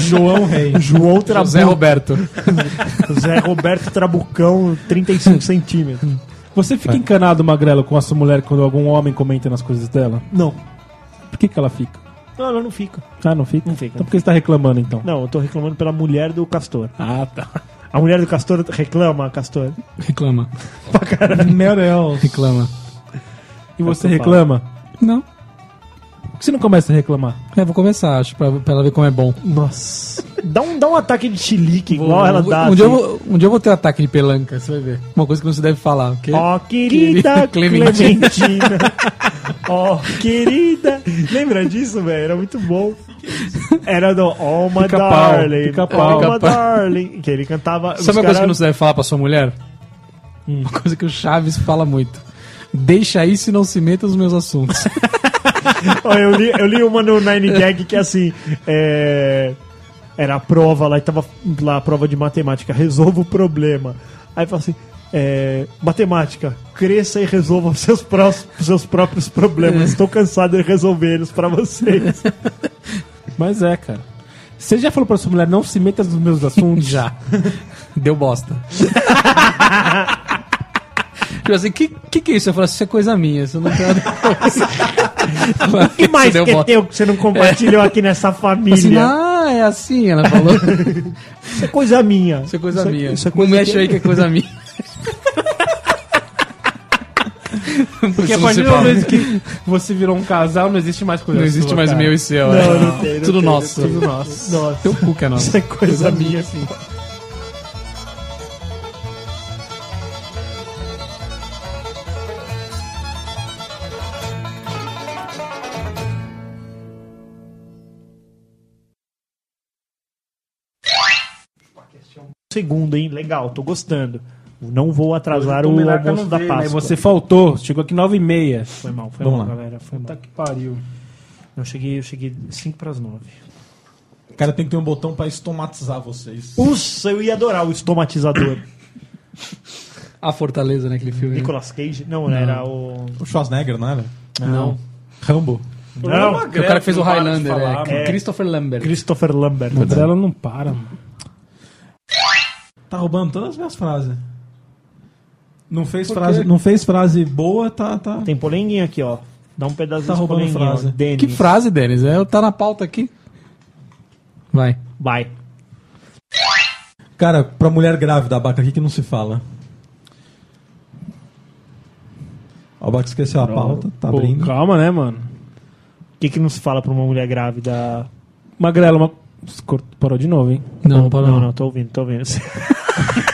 D: João Rei. João
F: Zé
D: Trabucão.
F: Roberto.
D: Zé Roberto Trabucão, 35 centímetros.
F: Uhum.
C: Você fica encanado, Magrelo, com a sua mulher quando algum homem comenta nas coisas dela?
D: Não.
C: Por que, que ela fica?
D: Não, ela não fica.
C: Ah, não fica?
D: Não fica.
C: Então por que você tá
D: [laughs]
C: reclamando, então?
D: Não, eu tô reclamando pela mulher do Castor.
C: Ah, tá.
D: A mulher do Castor reclama, Castor.
F: Reclama.
E: Meu Deus.
F: Reclama.
C: [laughs] E você
D: que eu
C: reclama?
F: Não.
C: Por que você não começa a reclamar?
F: É, vou começar, acho, pra, pra ela ver como é bom.
D: Nossa. Dá um, dá um ataque de chilique igual
F: Vou-
D: ela
F: vou-
D: dá.
F: Um dia, eu
D: assim.
F: vou, um dia eu vou ter ataque de pelanca, você vai ver. Uma coisa que não se deve falar, ok?
D: Ó, querida
F: Clementina.
D: Clementina.
F: [laughs]
D: Ó, querida. Lembra disso, velho? Era muito bom. Era do Oh, my
C: Pica-pau,
D: darling.
C: pica-pau.
D: Oh, my darling. Que ele cantava. os
F: Sabe uma coisa
D: cara- Hum.
F: que não se deve falar pra sua mulher? Uma coisa que o Chaves fala muito. Deixa isso e não se meta nos meus
D: [laughs]
F: assuntos.
D: Ó, eu, li, eu li uma no Nine Gag que assim. é, Era a prova lá, e tava lá a prova de matemática. Resolva o problema. Aí fala assim. é, matemática, cresça e resolva os seus, prós- seus próprios
F: É.
D: problemas. Estou cansado de resolver eles pra vocês.
C: Mas é, cara. Você já falou pra sua mulher, não se meta nos meus
F: [laughs]
C: assuntos?
F: Já. Deu
D: [laughs]
F: bosta. Tipo assim, que, que que é isso? Eu falo, isso é coisa minha, isso não tem nada
D: [laughs]
F: a ver.
D: O que mais
F: Isso deu
D: que é
F: bosta.
D: teu que você não compartilhou aqui
F: É.
D: nessa
F: Assim,
D: família?
F: ah, é assim, ela falou. Isso
D: Isso é coisa minha.
F: é coisa minha.
D: Isso é
F: não
D: coisa
F: mexe aí que é coisa minha. [laughs]
C: Porque a
F: Isso não se
C: partir do
F: fala.
C: momento que você virou um casal, não existe mais coisa
F: Não existe
C: sua,
F: mais
C: cara.
F: meu e seu.
D: Não,
F: é.
D: não tem, não
F: Tudo
D: tem, não
F: nosso.
D: tem.
F: Tudo nosso. Teu cu que é nosso.
D: Isso é coisa, minha, sim. Segundo, hein? Legal, tô gostando. Não vou atrasar
C: O
D: o
C: Menarca
D: almoço
C: não
D: da
C: veio, né?
D: Páscoa.
C: Você faltou, chegou aqui 9 e meia.
D: Foi mal, foi
E: Vamos
D: mal,
E: lá.
D: galera. Foi mal.
C: Puta que pariu.
D: Eu cheguei, eu cheguei 5 pras 9.
E: Cara, tem que ter um botão pra estomatizar vocês.
D: Ufa, eu ia adorar o estomatizador.
F: A Fortaleza naquele filme. né?
D: Nicolas Cage? Não, era o.
E: O Schwarzenegger, não é, era?
F: Não.
E: Rambo.
D: Não,
F: É O cara que fez o Highlander, é.
D: mano.
F: Christopher Lambert.
D: Christopher Lambert.
C: Mas ela não para, mano.
E: Tá roubando todas as minhas frases. Não fez, frase, não fez frase boa, tá. tá.
D: Tem polenguinho aqui, ó. Dá um pedaço
E: Tá
D: desse
E: roubando
D: polenguinho,
E: frase.
D: ó. Denis.
F: Que frase, Denis? É, tá na pauta aqui. Vai.
D: Vai.
E: Cara, pra mulher grávida, abaca, aqui que não se fala. O abaca esqueceu a pauta, tá
C: Pô,
E: abrindo.
C: calma, né, mano?
D: O que, que não se fala pra uma mulher grávida?
C: Magrela, uma... Cor- Parou de novo, hein?
F: Não, não,
D: não, tô ouvindo, tô ouvindo.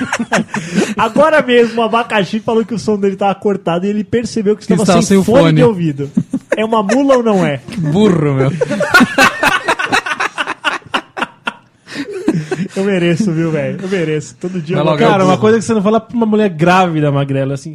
D: [laughs] Agora mesmo o abacaxi falou que o som dele tava cortado e ele percebeu que estava,
F: estava
D: sem,
F: sem o
D: fone,
F: fone.
D: de ouvido. É uma mula ou não é?
F: Burro, meu.
D: Eu mereço, viu, velho? Eu mereço. Todo dia
F: Vai
D: eu vou-
F: logo,
C: Cara,
F: é o
C: uma
F: burro.
C: coisa que você não fala pra uma mulher grávida, Magrela, assim.